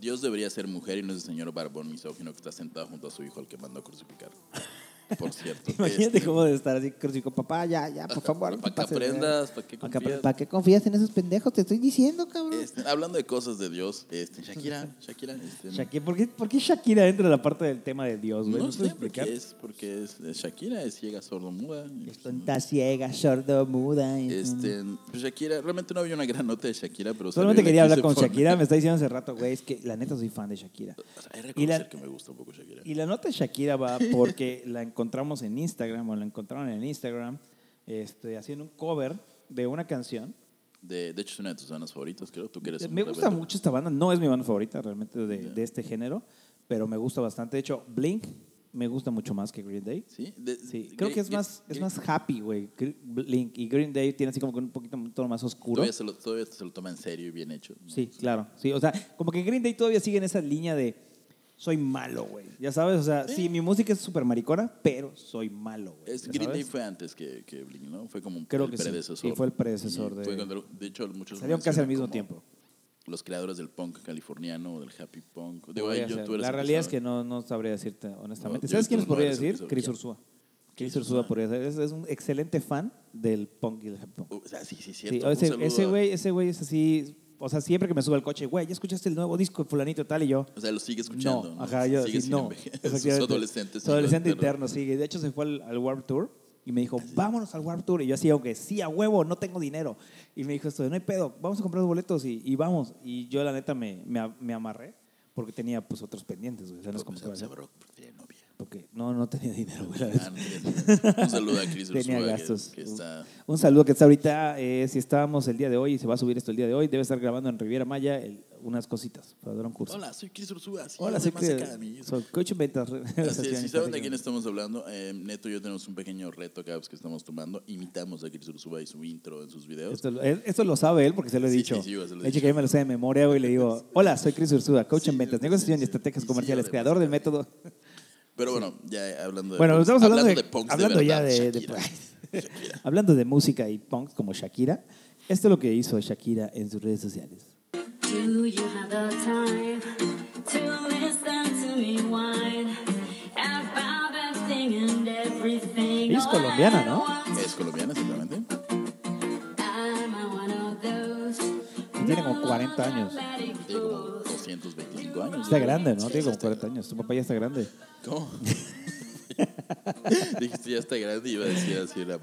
A: Dios debería ser mujer y no ese señor barbón misógino que está sentado junto a su hijo al que mandó a crucificar. Por cierto.
B: Imagínate
A: este,
B: cómo debe estar así, crucifico, papá, ya, ya, por favor. no te
A: Para que
B: pases de verga".
A: aprendas, para que
B: Pa' que apre-
A: confíes.
B: pa' que confías en esos pendejos? Te estoy diciendo, cabrón.
A: Este, hablando de cosas de Dios, este, Shakira, Shakira, este,
B: Shakira, ¿por, qué, por qué Shakira entra en la parte del tema de Dios, güey?
A: no
B: ¿Me
A: sé
B: puedes
A: por qué
B: explicar?
A: es, porque es, eh, Shakira es ciega, sordomuda. y,
B: Es
A: pues, no.
B: tonta, ciega, sordo, muda. y-
A: Este, pues Shakira, realmente no había una gran nota de Shakira, pero
B: Solamente
A: salió
B: quería
A: la
B: hablar
A: que
B: con
A: se pone-
B: Shakira, me está diciendo hace rato, güey, es que la neta soy fan de Shakira.
A: O sea, Hay que
B: Y la-
A: reconocer que me gusta un poco Shakira.
B: Y la nota de Shakira va porque la encontramos en Instagram, o la encontraron en Instagram, este, haciendo un cover de una canción.
A: De, de hecho, es una de tus bandas favoritas, creo. Tú que eres un
B: Eh, Me gusta
A: rebelde.
B: mucho esta banda, no es mi banda favorita realmente de, de este género, pero me gusta bastante. De hecho, Blink me gusta mucho más que Green Day.
A: Sí, de-
B: Sí,
A: de-
B: creo que
A: Gre-
B: es más,
A: Gre-
B: es más happy, güey, Gr- Blink. Y Green Day tiene así como que un poquito un tono más oscuro.
A: Todavía se, lo, todavía se lo toma en serio y bien hecho.
B: Sí, claro. Sí, o sea, como que Green Day todavía sigue en esa línea de soy malo, güey. Ya sabes, o sea, sí, mi música es súper maricona, pero soy malo, güey.
A: Es,
B: ¿Ya
A: Green
B: sabes?
A: Day fue antes que, que Blink, ¿no? Fue como un
B: Creo
A: el
B: que sí.
A: predecesor.
B: Sí, fue el predecesor
A: Y
B: de-
A: fue cuando- de hecho, muchos
B: Salieron casi al
A: mencionan
B: mismo
A: como
B: tiempo.
A: Los creadores del punk californiano o del happy punk. Digo,
B: Podría
A: ahí yo-
B: ser.
A: tú eres
B: La
A: el que
B: realidad es
A: sabe.
B: que no, no sabría decirte, honestamente.
A: No, yo-
B: ¿Sabes
A: tú
B: quién les
A: no
B: podría
A: eres el que
B: decir?
A: sabe.
B: Chris
A: Ya.
B: Ursúa. Chris Ursúa podría ser. Es, es un excelente fan del punk y del hip hop.
A: O sea, sí, sí,
B: Sí,
A: cierto. Un
B: ese-
A: saludo
B: ese
A: a-
B: güey ese güey es así. O sea, siempre que me sube al coche, güey, ¿ya escuchaste el nuevo disco de Fulanito tal? Y yo,
A: O sea, lo sigue escuchando.
B: No, ajá, yo
A: Sigue
B: sí,
A: sin
B: no.
A: enveje- Sus
B: Exactamente.
A: adolescentes.
B: Su adolescente interno, sí. De hecho, se fue al, al Warp Tour y me dijo, vámonos al Warp Tour. Y yo así, aunque sí, a huevo, no tengo dinero. Y me dijo esto, no hay pedo, vamos a comprar los boletos y, y vamos. Y yo, la neta, me, me, a- me amarré porque tenía pues otros pendientes. güey. O sea, no es como que
A: Se
B: vaya-
A: abrió porque tenía novia.
B: porque no, no tenía dinero, güey. la
A: Ah,
B: neta.
A: no tenía- Un saludo a Chris
B: Tenía
A: Ursula, que-
B: gastos.
A: Que, está...
B: Un saludo que está ahorita, eh, si estábamos el día de hoy y se va a subir esto el día de hoy, debe estar grabando en Riviera Maya el- unas cositas para dar un curso.
A: Hola, soy Chris Ursula. Sí,
B: Hola,
A: yo soy
B: soy
A: más
B: Chris.
A: Academy.
B: Soy coach en ventas.
A: Así es, si
B: relaciones
A: saben de
B: públicas.
A: quién estamos hablando, eh, Neto y yo tenemos un pequeño reto cada vez que estamos tomando. Imitamos a Chris Ursula y su intro en sus videos.
B: Esto, él- esto lo sabe él porque se lo he
A: Sí,
B: dicho.
A: sí, sí, yo se lo he
B: De hecho,
A: dicho.
B: que yo me lo sé de memoria güey, y le digo, hola, soy Chris Ursúa, coach
A: Sí,
B: en ventas,
A: sí,
B: negociación
A: sí,
B: y estrategias
A: sí,
B: comerciales,
A: sí,
B: creador de método.
A: Pero bueno, ya hablando de.
B: Bueno,
A: punks-
B: estamos hablando, de,
A: punks
B: hablando ya
A: verdad,
B: de, de-
A: Shakira.
B: hablando de música y punk como Shakira. Esto es lo que hizo Shakira en sus redes sociales.
E: Do you have the time to listen to me whine about everything and everything?
B: Ella es colombiana, ¿no?
A: Es colombiana, exactamente.
E: I'm a one of those.
B: Y tiene como 40 años.
A: Tiene como 225 años.
B: Está grande, ¿no? Tiene como 40 años. Su papá ya está grande.
A: ¿Cómo? Dijiste, ya está grande y iba a decir así la...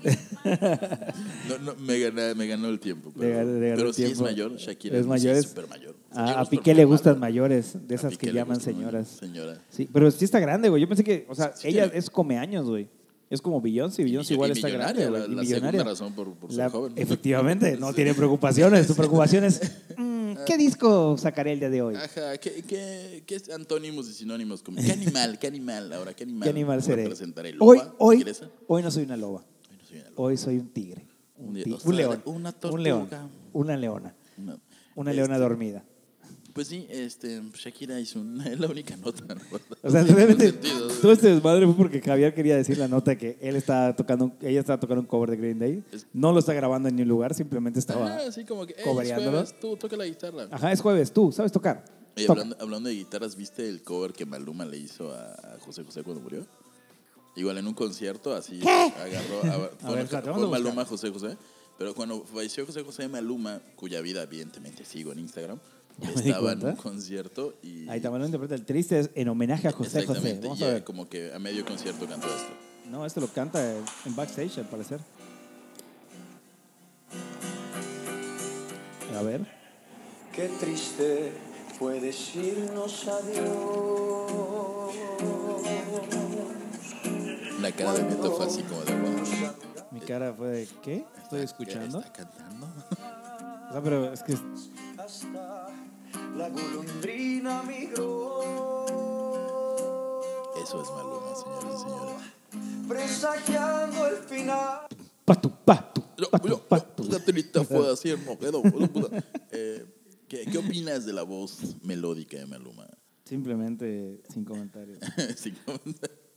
A: No, no, me, gana- me ganó el tiempo. Pero,
B: Le ganó- le ganó
A: pero
B: el
A: sí es
B: tiempo.
A: mayor, Shakira.
B: Es mayor, es-
A: súper mayor.
B: A, a Piqué le gustan mayores, de esas que llaman
A: señoras.
B: señoras.
A: Señora.
B: Sí, pero sí está grande, güey. Yo pensé que, o sea,
A: Sí,
B: ella
A: tiene-
B: es come años, güey. Es como Beyoncé,
A: Y-
B: Beyoncé
A: y
B: igual está grande,
A: millonaria,
B: güey.
A: la-
B: y
A: la segunda
B: millonaria.
A: razón por- por ser joven.
B: Efectivamente, no tiene preocupaciones. Su preocupación es, mm,
A: Ah,
B: ¿qué disco sacaré el día de hoy?
A: Ajá, ¿qué, qué, qué es antónimos y sinónimos? Como, ¿Qué animal? ¿Qué animal ahora? ¿Qué animal?
B: ¿Qué animal seré?
A: representaré? ¿Loba? ¿eh?
B: Hoy, hoy,
A: ¿Tigresa?
B: hoy no soy una loba.
A: Ay, no soy una loba.
B: Hoy soy un tigre. Un,
A: Un di-
B: ti-
A: o
B: un
A: sea,
B: león.
A: una Este.
B: Un león.
A: tortuga.
B: Una leona.
A: No.
B: Una leona dormida.
A: Pues sí, este, Shakira hizo una, es la única nota. ¿no?
B: O sea,
A: En
B: realmente
A: ese sentido,
B: todo este desmadre fue porque Javier quería decir la nota que él estaba tocando, ella estaba tocando un cover de Green Day.
A: Es-
B: No lo está grabando en ningún lugar, simplemente estaba.
A: Ah, sí, como que, "Ey, es
B: cobreándolo.
A: jueves, tú toca la guitarra.
B: Ajá, es jueves, tú sabes tocar.
A: Oye,
B: Toca.
A: hablando, hablando de guitarras, ¿viste el cover que Maluma le hizo a a José José cuando murió? Igual en un concierto, así agarró. A, bueno,
B: ver, espérate, vamos
A: fue
B: a buscar.
A: Maluma José José. Pero cuando falleció José José Maluma, cuya vida evidentemente sigo en Instagram,
B: me di
A: estaba en
B: cuenta.
A: un concierto y.
B: Ahí también lo interpreta el triste es en homenaje a José José.
A: exactamente,
B: Vamos
A: y
B: a
A: eh,
B: ver.
A: como que a medio concierto cantó esto.
B: No, esto lo canta en backstage, al parecer. A ver.
F: Qué triste fue decirnos adiós.
A: La cara de Neto fue así como de. "Wow".
B: Mi cara fue de, ¿qué? Estoy escuchando.
A: ¿Está cantando?
B: O sea, pero es que
F: Hasta la golondrina migró,
A: Eso es Maluma, señoras y señores.
F: presagiando el final.
B: patu, patu,
A: No,
B: patu,
A: no,
B: patu.
A: no, la telita fue así, hermano. No, no, no. Eh, ¿qué, qué opinas de la voz melódica de Maluma?
B: Simplemente sin comentarios.
A: Sí, ¿cómo?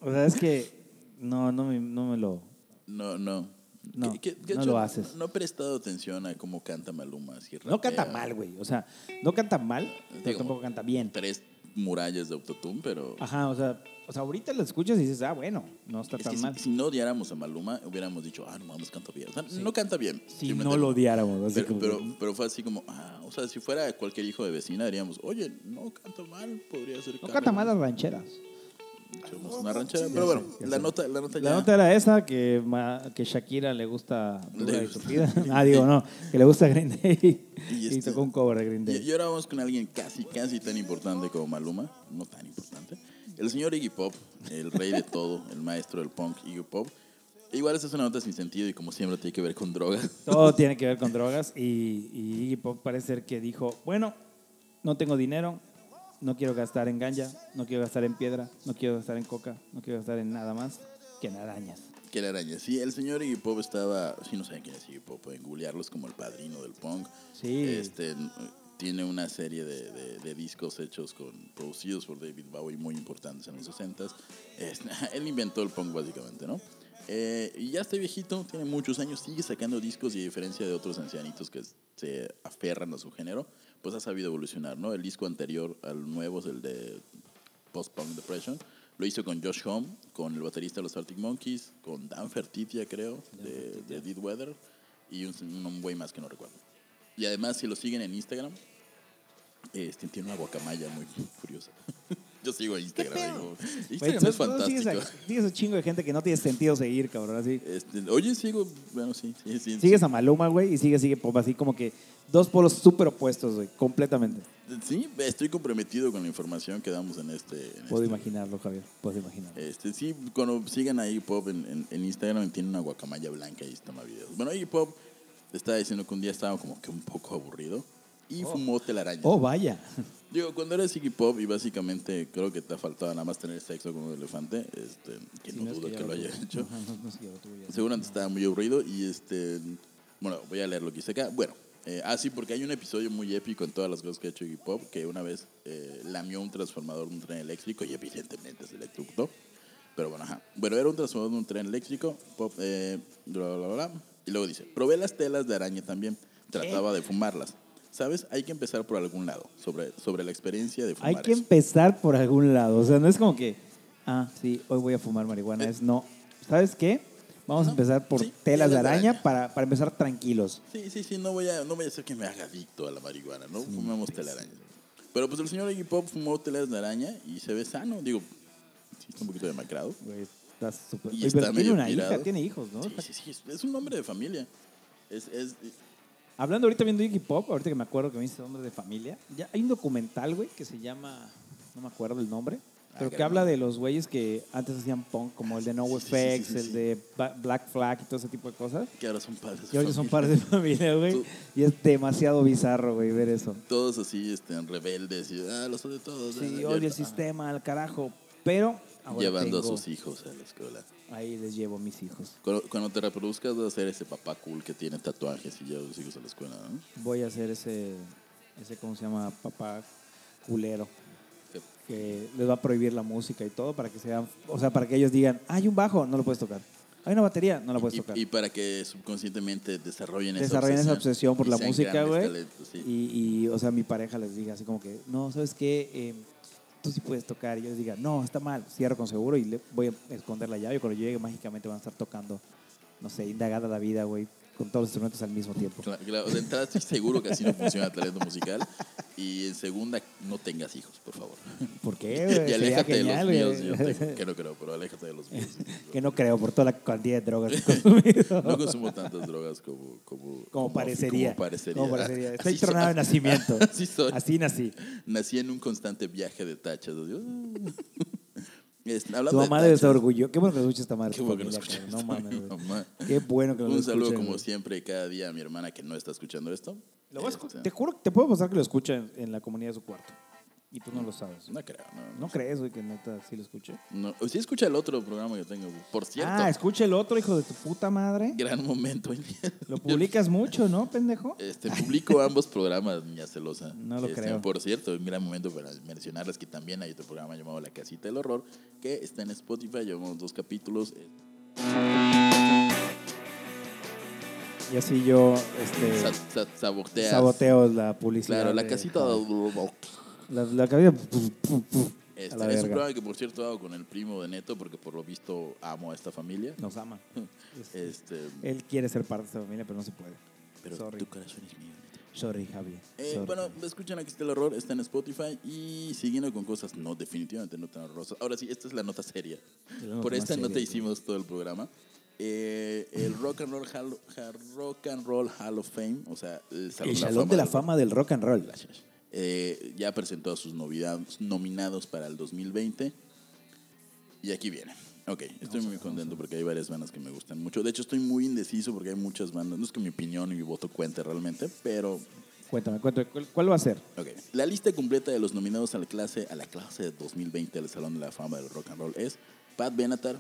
B: O sea, es que no, no me, no me lo...
A: no, no.
B: No,
A: ¿Qué- qué- qué
B: no
A: hecho?
B: lo haces.
A: No, he prestado atención a cómo canta Maluma. así
B: No canta
A: rapea.
B: mal, güey. O sea, no canta mal, pero
A: Digo,
B: tampoco canta bien.
A: Tres murallas de autotune, pero...
B: Ajá, o sea, o sea, ahorita lo escuchas y dices, ah, bueno, no está
A: es
B: tan
A: que
B: mal.
A: si, si no odiáramos a Maluma, hubiéramos dicho, ah, no mames, canta bien. O sea, no canta bien.
B: Si
A: Simplemente-
B: no lo odiáramos. así
A: Pero,
B: como-
A: pero, pero fue así como, ah, o sea, si fuera cualquier hijo de vecina, diríamos, oye, no canta mal, podría ser
B: no
A: Carlos".
B: canta mal las rancheras.
A: Somos una ranchera. Pero bueno, la nota, la nota ya.
B: La nota era esa que, ma- que Shakira le gusta dura
A: Le
B: y
A: gusta.
B: tupida. ah, digo, no, que le gusta Green Day
A: Y
B: y,
A: este-
B: tocó un cover de Green
A: Y,
B: Day.
A: y ahora vamos con alguien casi, casi tan importante como Maluma. No tan importante. El señor Iggy Pop, el rey de todo, el maestro del punk Iggy Pop. Igual esa es una nota sin sentido y como siempre tiene que ver con drogas.
B: Todo tiene que ver con drogas y, y Iggy Pop parece ser que dijo, bueno, no tengo dinero, no quiero gastar en ganja, no quiero gastar en piedra, no quiero gastar en coca, no quiero gastar en nada más que en arañas.
A: Que la araña. Sí, el señor Iggy Pop estaba, si no saben quién es Iggy Pop, pueden googlearlos como el padrino del punk.
B: Sí.
A: Este, n- tiene una serie de, de- de discos hechos con, producidos por David Bowie muy importantes en los 60s. Es- él inventó el punk básicamente, ¿no? Eh, y ya está viejito, tiene muchos años, sigue sacando discos y a diferencia de otros ancianitos que se aferran a su género, pues ha sabido evolucionar, ¿no? El disco anterior al nuevo es el de post-punk depression. Lo hizo con Josh Homme, con el baterista de los Arctic Monkeys, con Dan Fertitia, creo, de, de Dead Weather, y un, un güey más que no recuerdo. Y además, si lo siguen en Instagram, este, tiene una guacamaya muy curiosa. Yo sigo Instagram. digo, Instagram es
B: Güey, tú- tú sigues
A: fantástico.
B: a- Sigues un chingo de gente que no tiene sentido seguir, cabrón, así.
A: Este, oye, sigo. Bueno, sí, sí, sí.
B: Sigues a Maluma, güey, y sigues, sigue Pop, así como que dos polos súper opuestos, güey, completamente.
A: Sí, estoy comprometido con la información que damos en este. en
B: Puedo
A: este
B: imaginarlo, Javier, puedo imaginarlo.
A: Este, sí, cuando sigan a Iggy-Pop en, en- en Instagram, tiene una guacamaya blanca y toma videos. Bueno, Iggy-Pop estaba diciendo que un día estaba como que un poco aburrido y fumó telaraña.
B: Oh, vaya.
A: Digo, cuando eres Iggy-Pop y básicamente creo que te ha faltado nada más tener sexo con un elefante, este, que no dudo que, lo haya hecho.
B: Ajá, no- no sé, ya lo tuve ya.
A: Seguramente estaba muy aburrido y este. Bueno, voy a leer lo que dice acá. Bueno, eh, ah, sí, porque hay un episodio muy épico en todas las cosas que ha hecho Iggy Pop que una vez eh, lamió un transformador de un tren eléctrico y evidentemente se electrocutó. Pero bueno, ajá. Bueno, era un transformador de un tren eléctrico. Pop, eh, bla, bla, bla, bla. Y luego dice: probé las telas de araña también. Trataba de fumarlas. ¿Sabes? Hay que empezar por algún lado sobre, sobre la experiencia de fumar.
B: Hay que
A: eso.
B: empezar por algún lado. O sea, no es como que, ah, sí, hoy voy a fumar marihuana. Es no. ¿Sabes qué? Vamos a empezar por
A: Eh. sí,
B: telas de araña para, para empezar tranquilos.
A: Sí, sí, sí, no voy a, no voy a hacer que me haga adicto a la marihuana, ¿no? Fumamos telaraña. Pero pues el señor Iggy Pop fumó telas de araña y se ve sano, digo, sí está un poquito demacrado.
B: Güey, está súper.
A: Y
B: Oye,
A: está
B: pero tiene
A: medio
B: una
A: pirado.
B: hija, tiene hijos, ¿no?
A: Sí, sí, sí, es- es un hombre de familia. Es, es,
B: Hablando ahorita viendo Iggy Pop, ahorita que me acuerdo que me hice hombre de familia, ya hay un documental, güey, que se llama, no me acuerdo el nombre, pero Ah, que
A: caray.
B: habla de los güeyes que antes hacían punk, como el de No
A: sí, sí,
B: Effects,
A: sí, sí,
B: el
A: sí.
B: de Ba- Black Flag y todo ese tipo de cosas.
A: que ahora son padres. de
B: Y ahorita son
A: familia.
B: padres de familia, güey.
A: Tú-
B: Y es demasiado bizarro, güey, ver eso.
A: Todos así, este, rebeldes y, ah, los odio todos. ah,
B: Sí,
A: y
B: odio
A: ahorita,
B: el sistema, al carajo. Pero
A: ah,
B: ahora
A: Llevando
B: tengo-
A: a sus hijos a la escuela.
B: Ahí les llevo a mis hijos.
A: Cuando, cuando te reproduzcas vas a ser ese papá cool que tiene tatuajes y lleva a sus hijos a la escuela, ¿no?
B: Voy a hacer ese, ese ¿cómo se llama? Papá culero.
A: Sí.
B: Que les va a prohibir la música y todo para que sean, o sea, para que ellos digan, hay un bajo, no lo puedes tocar. Hay una batería, no la puedes
A: Y,
B: tocar.
A: y para que subconscientemente desarrollen,
B: desarrollen
A: esa
B: esa
A: obsesión.
B: obsesión por
A: y
B: la
A: sean
B: música,
A: grandes
B: güey.
A: talentos, sí.
B: Y, y, o sea, mi pareja les diga así como que, no, ¿sabes qué? Eh, tú sí puedes tocar. Y yo les diga, no, está mal, cierro con seguro y le voy a esconder la llave. Cuando yo llegue, mágicamente van a estar tocando, no sé, indagada la vida, güey, con todos los instrumentos al mismo tiempo.
A: Claro, claro. O sea, de entrada estoy seguro que así no funciona el talento musical. Y en segunda, no tengas hijos, por favor.
B: ¿Por qué, güey?
A: Y
B: Eh, Sería
A: aléjate de los
B: genial,
A: míos.
B: güey.
A: Yo te- que no creo, pero aléjate de los míos.
B: que no creo, por toda la cantidad de drogas que he consumido.
A: No consumo tantas drogas como, como,
B: como, parecería.
A: Como parecería.
B: Como parecería. Estoy
A: Así soy.
B: tronado de nacimiento.
A: Así soy.
B: Así nací.
A: Nací en un constante viaje de tachas. así, ah. Es-
B: Tu
A: hablando de
B: mamá debe estar
A: tachas,
B: orgullosa. Qué bueno que nos escucha esta madre.
A: Qué
B: tu
A: bueno que
B: familia,
A: nos escuchas,
B: cabrón. No
A: mi
B: mames. güey.
A: mamá.
B: Qué bueno que nos
A: Un saludo,
B: escuchen,
A: como
B: güey.
A: siempre, cada día a mi hermana que no está escuchando esto.
B: Lo voy a escu-
A: Este,
B: te juro, te puedo pasar que lo escucha en, en la comunidad de su cuarto. Y tú no lo sabes.
A: No creo, no.
B: ¿No crees, güey, que neta sí lo escuché?
A: no. O sí escucha el otro programa que tengo. Por cierto,
B: Ah, escucha el otro, hijo de tu puta madre.
A: gran momento.
B: Lo publicas mucho, ¿no, pendejo?
A: Este, publico ambos programas, Niña Celosa.
B: No lo
A: Este,
B: creo.
A: Por cierto, un gran momento para mencionarles que también hay otro programa llamado La Casita del Horror, que está en Spotify, llevamos dos capítulos. eh,
B: Y así yo este,
A: sa- sa- saboteas.
B: saboteo la publicidad.
A: Claro, La
B: de-
A: Casita del Horror.
B: La, la cabina.
A: Este,
B: A la
A: es un
B: verga.
A: programa que, por cierto, hago con el primo de Neto, porque por lo visto amo a esta familia.
B: Nos ama.
A: Este,
B: Él quiere ser parte de esta familia, pero no se puede.
A: pero
B: sorry.
A: tu corazón es mío. Neto.
B: Sorry, Javi.
A: Eh,
B: Sorry,
A: bueno,
B: Javi.
A: escuchan aquí está el horror, está en Spotify y siguiendo con cosas no definitivamente no tan horrorosas. Ahora sí, esta es la nota seria.
B: la nota
A: Por
B: más
A: esta
B: seria,
A: nota
B: güey.
A: hicimos todo el programa. Eh, el Rock and Roll Hall, ja- Rock and Roll Hall of Fame, o sea, el Salón,
B: el salón de la
A: del
B: fama del rock and roll.
A: rock. Eh, ya presentó a sus novidades, nominados para el 2020 y aquí viene. Ok, estoy muy contento porque hay varias bandas que me gustan mucho. De hecho, estoy muy indeciso porque hay muchas bandas. No es que mi opinión y mi voto cuente realmente, pero
B: Cuéntame, cuéntame, ¿cuál, cuál va a ser?
A: Ok. La lista completa de los nominados a la clase, a la clase de 2020 al Salón de la Fama del Rock and Roll es Pat Benatar.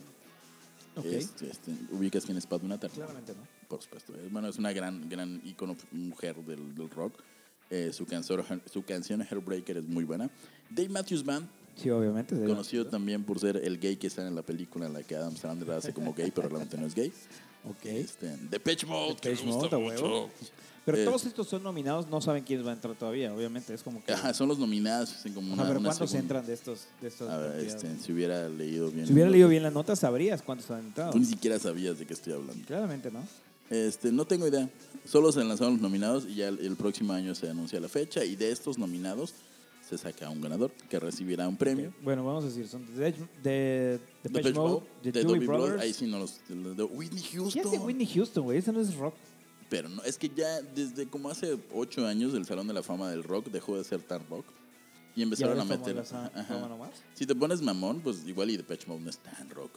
A: Es- este, ¿Ubicas quién es Pat Benatar?
B: Claramente no.
A: Por supuesto. Eh, Bueno, es una gran, gran ícono f- mujer del, del rock. Eh, su, canción, su canción Hairbreaker es muy buena. Dave Matthews Band,
B: Sí, obviamente. se-
A: conocido también por ser el gay que sale en la película en la que Adam Sandler hace como gay, pero realmente no es gay.
B: Ok.
A: Este, Depeche Mode, que
B: Depeche
A: me gusta
B: Mode, a huevo.
A: mucho.
B: Pero
A: Eh,
B: todos estos son nominados, no saben quiénes van a entrar todavía, obviamente. Es como que.
A: Ajá, son los nominados. hacen como
B: a
A: una-
B: ver,
A: una
B: ¿cuántos
A: segunda-
B: entran de estos? De estos
A: A ver, este, si hubiera leído bien.
B: si hubiera
A: el-
B: leído bien la nota, sabrías cuántos han entrado.
A: Tú ni siquiera sabías de qué estoy hablando.
B: Claramente, ¿no?
A: Este, no tengo idea. Solo se lanzaron los nominados y ya el, el próximo año se anuncia la fecha y de estos nominados se saca un ganador que recibirá un premio.
B: Bueno, vamos a decir, son de, de, de
A: Depeche Mode,
B: The
A: de
B: Doobie
A: Doobie Brothers,
B: Brothers.
A: ahí sí no los, los de Whitney
B: ¿Qué hace
A: Houston.
B: Whitney Houston, güey? Ese no es rock.
A: Pero no, es que ya desde como hace ocho años el Salón de la Fama del Rock dejó de ser tan rock y empezaron
B: ahora
A: a
B: es como
A: meter.
B: la sa-
A: ajá.
B: fama nomás.
A: Si te pones mamón, pues igual y Depeche Mode no es tan rock.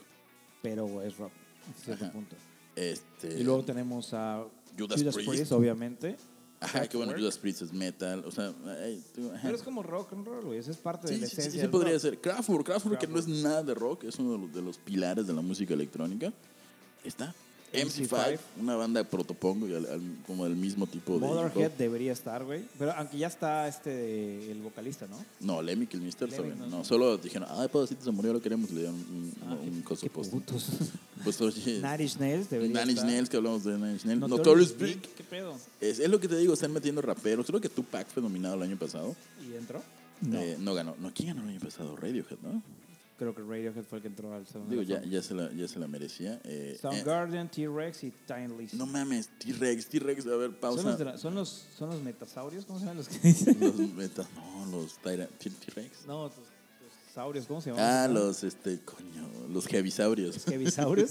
B: Pero güey, es rock, a cierto punto.
A: Este,
B: Y luego tenemos a
A: Judas
B: Judas,
A: Priest.
B: Priest. obviamente.
A: ajá, qué bueno,
B: Kraftwerk.
A: Judas Priest es metal, o sea, ay, tú, ajá.
B: Pero es como rock and roll, güey. Esa es parte de
A: Sí,
B: la
A: sí, sí,
B: esencia.
A: sí,
B: del
A: podría
B: rock.
A: ser. Kraftwerk, Kraftwerk, que no es
B: Kraftwerk.
A: nada de rock, es uno de los, de los pilares de la música electrónica. Está. MC5,
B: MC5,
A: una banda protopongo, y al- al- como del mismo tipo de.
B: Motherhead
A: hip hop.
B: debería estar, güey. Pero aunque ya está este el vocalista, ¿no?
A: No, Lemmy Kilmister,
B: Lemmy,
A: ¿saben?
B: no. Ah,
A: No, solo dijeron, ah, pobrecito se murió, lo queremos, le dieron un, un- un coso post. Pues oye, este,
B: Nary Snails debería
A: Nanny
B: estar.
A: Snails, que hablamos de Nanny Snails. Notorious
B: Notorious
A: Big.
B: Big, ¿Qué pedo?
A: Es, es lo que te digo, están metiendo raperos. Creo que Tupac fue nominado el año pasado.
B: ¿Y entró?
A: No, no ganó. No, ¿Quién ganó el año pasado? Radiohead, ¿no?
B: Creo que Radiohead fue el que entró al segundo.
A: Digo, ya, ya, se, la, ya se la merecía. Eh, eh,
B: Soundgarden, T-Rex y Tiny
A: No mames, T-Rex, T-Rex, a ver,
B: son, los,
A: pausa.
B: dra- son, los, son los metasaurios, ¿cómo se llaman los que dicen?
A: Los meta- no, los Tyra- T- T-Rex.
B: No, los, los saurios, ¿cómo se llaman?
A: Ah, los, este, coño, los Heavisaurios.
B: ¿Kevisaurios?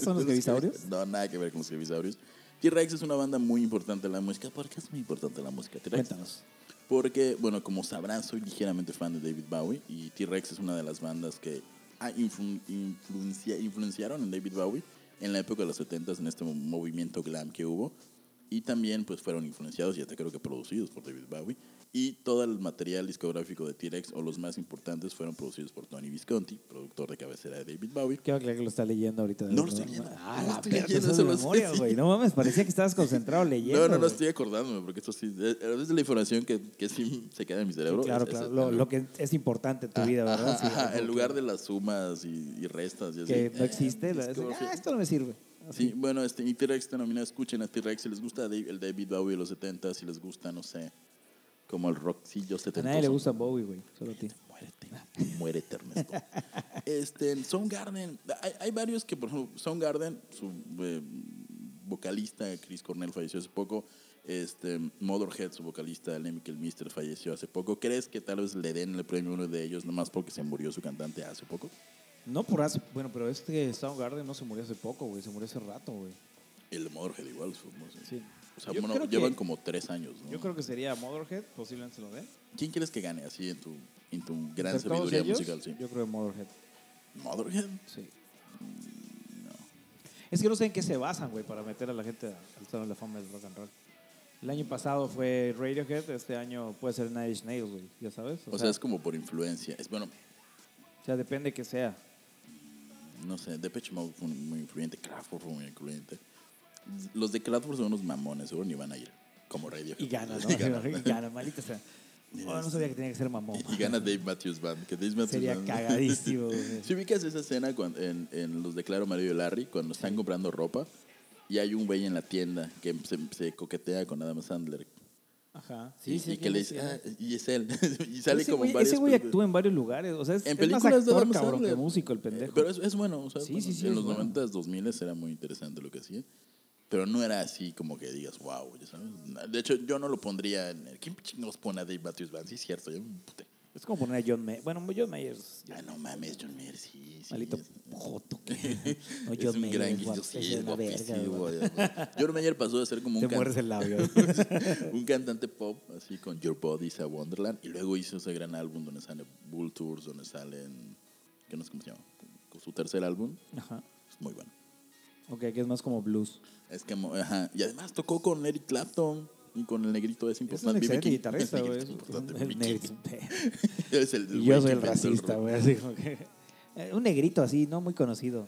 B: ¿Son los kevisaurios?
A: No, nada que ver con los Heavisaurios. T-Rex es una banda muy importante en la música. ¿Por qué es muy importante en la música, T-Rex?
B: Cuéntanos.
A: Porque, bueno, como sabrán, soy ligeramente fan de David Bowie y T-Rex es una de las bandas que ah, influ- influencia- influenciaron en David Bowie en la época de los 70s, en este movimiento glam que hubo. Y también pues fueron influenciados y hasta creo que producidos por David Bowie. Y todo el material discográfico de T-Rex, o los más importantes, fueron producidos por Tony Visconti, productor de cabecera de David Bowie.
B: Quiero creer que lo está leyendo ahorita.
A: No lo estoy leyendo.
B: Ah,
A: No
B: la
A: estoy
B: verga,
A: leyendo,
B: eso
A: se
B: es
A: lo
B: memoria,
A: sé.
B: güey. No mames, parecía que estabas concentrado leyendo.
A: No, no, no
B: güey.
A: estoy acordándome, porque esto sí, eh, a veces la información que, que sí se queda en mi cerebro.
B: Claro,
A: es- es-
B: claro. Lo, lo que es importante en tu vida, ¿verdad?
A: Ajá,
B: Sí,
A: ajá, en
B: algo
A: lugar de las sumas y, y restas. Y así.
B: Que no
A: Eh,
B: existe. la-
A: discografía.
B: ah, esto no me sirve.
A: Sí, bueno, este, y T-Rex denomina, escuchen a T-Rex, si les gusta Dave- el David Bowie de los 70, si les gusta, no sé, como el rockcillo
B: A
A: 70.
B: nadie le gusta Bowie, güey. Solo a ti.
A: Muérete, muérete, Ernesto. este, Soundgarden, hay, hay varios que, por ejemplo, Soundgarden, su eh, vocalista Chris Cornell falleció hace poco, este, Motörhead, su vocalista Lemmy Kilmister falleció hace poco. ¿Crees que tal vez le den el premio a uno de ellos nomás porque se murió su cantante hace poco?
B: No por hace. Bueno, pero este Soundgarden no se murió hace poco, güey. Se murió hace rato, güey.
A: El de Motorhead igual, su- no sé.
B: Sí.
A: O sea,
B: Yo
A: bueno,
B: creo que-
A: llevan como tres años, ¿no?
B: Yo creo que sería Motherhead, posiblemente se lo den.
A: ¿Quién quieres que gane así en tu, en tu gran
B: Entre todos
A: sabiduría
B: ellos,
A: musical? Sí.
B: Yo creo que Motherhead.
A: Motörhead.
B: Sí. Mm, Es que no sé en qué se basan, güey, para meter a la gente al Salón de la Fama del Rock and Roll. El año pasado fue Radiohead, este año puede ser Nine Inch Nails, güey, ya sabes.
A: O sea, es como por influencia. Es bueno,
B: o sea, depende que sea.
A: no sé, Depeche Mode fue muy influyente, Kraftwerk fue muy influyente. Los de Kraftwerk son unos mamones, seguro ni van a ir. Como radio.
B: Y gana, ¿no?
A: y gana, este
B: y gana, malita sea. Oh, no sabía que tenía que ser mamón.
A: Y gana Dave Matthews Band. Que Dave Matthews
B: Sería
A: Band-
B: cagadísimo, güey.
A: Si ubicas esa escena cuando- en, en Los Declaro Mario y Larry, cuando están comprando ropa y hay un güey en la tienda que se, se coquetea con Adam Sandler.
B: Ajá.
A: y, y que le dice, "Ah, y es él. y sale
B: ese
A: como
B: güey,
A: en varias
B: ese güey
A: películas.
B: actúa en varios lugares. O sea, es,
A: En
B: es más
A: películas de
B: actor,
A: Adam
B: cabrón, que
A: Sandler.
B: músico el
A: Eh,
B: pendejo.
A: Pero es, es bueno, o sea,
B: Sí,
A: bueno,
B: sí, sí,
A: en
B: es
A: los
B: bueno.
A: 90s, 2000 era muy interesante lo que hacía. Pero no era así como que digas, wow, ya sabes. De hecho, yo no lo pondría en. ¿Quién chingados pone a Dave Matthews Band? Sí, es cierto, yo me puté.
B: Es como poner a John Mayer. Bueno, John Mayer es
A: Ah, no mames, John Mayer, sí, sí.
B: malito
A: es-
B: joto. que- No,
A: es un gran
B: es guap-
A: guiso, sí,
B: es
A: es
B: una verga,
A: guapísimo,
B: güey.
A: guapo. John Mayer pasó de ser como un,
B: Te
A: can-
B: mueres el labio.
A: un cantante pop, así con Your Body's a Wonderland, y luego hizo ese gran álbum donde sale Bull Tours, donde salen. que no sé cómo se llama? Con su tercer álbum,
B: Ajá.
A: es muy bueno.
B: Ok, que es más como blues.
A: Es que, mo- ajá. Y además tocó con Eric Clapton y con el negrito es
B: Es
A: importante.
B: un
A: Vive
B: excelente
A: aquí.
B: guitarrista,
A: El
B: güey.
A: negrito es
B: Es
A: importante,
B: un- el
A: Vive
B: negro.
A: aquí. Eres el- el
B: Y
A: güey
B: yo
A: que
B: soy el
A: inventó
B: racista,
A: rock.
B: güey. así como que- Eh, Un negrito así, no muy conocido.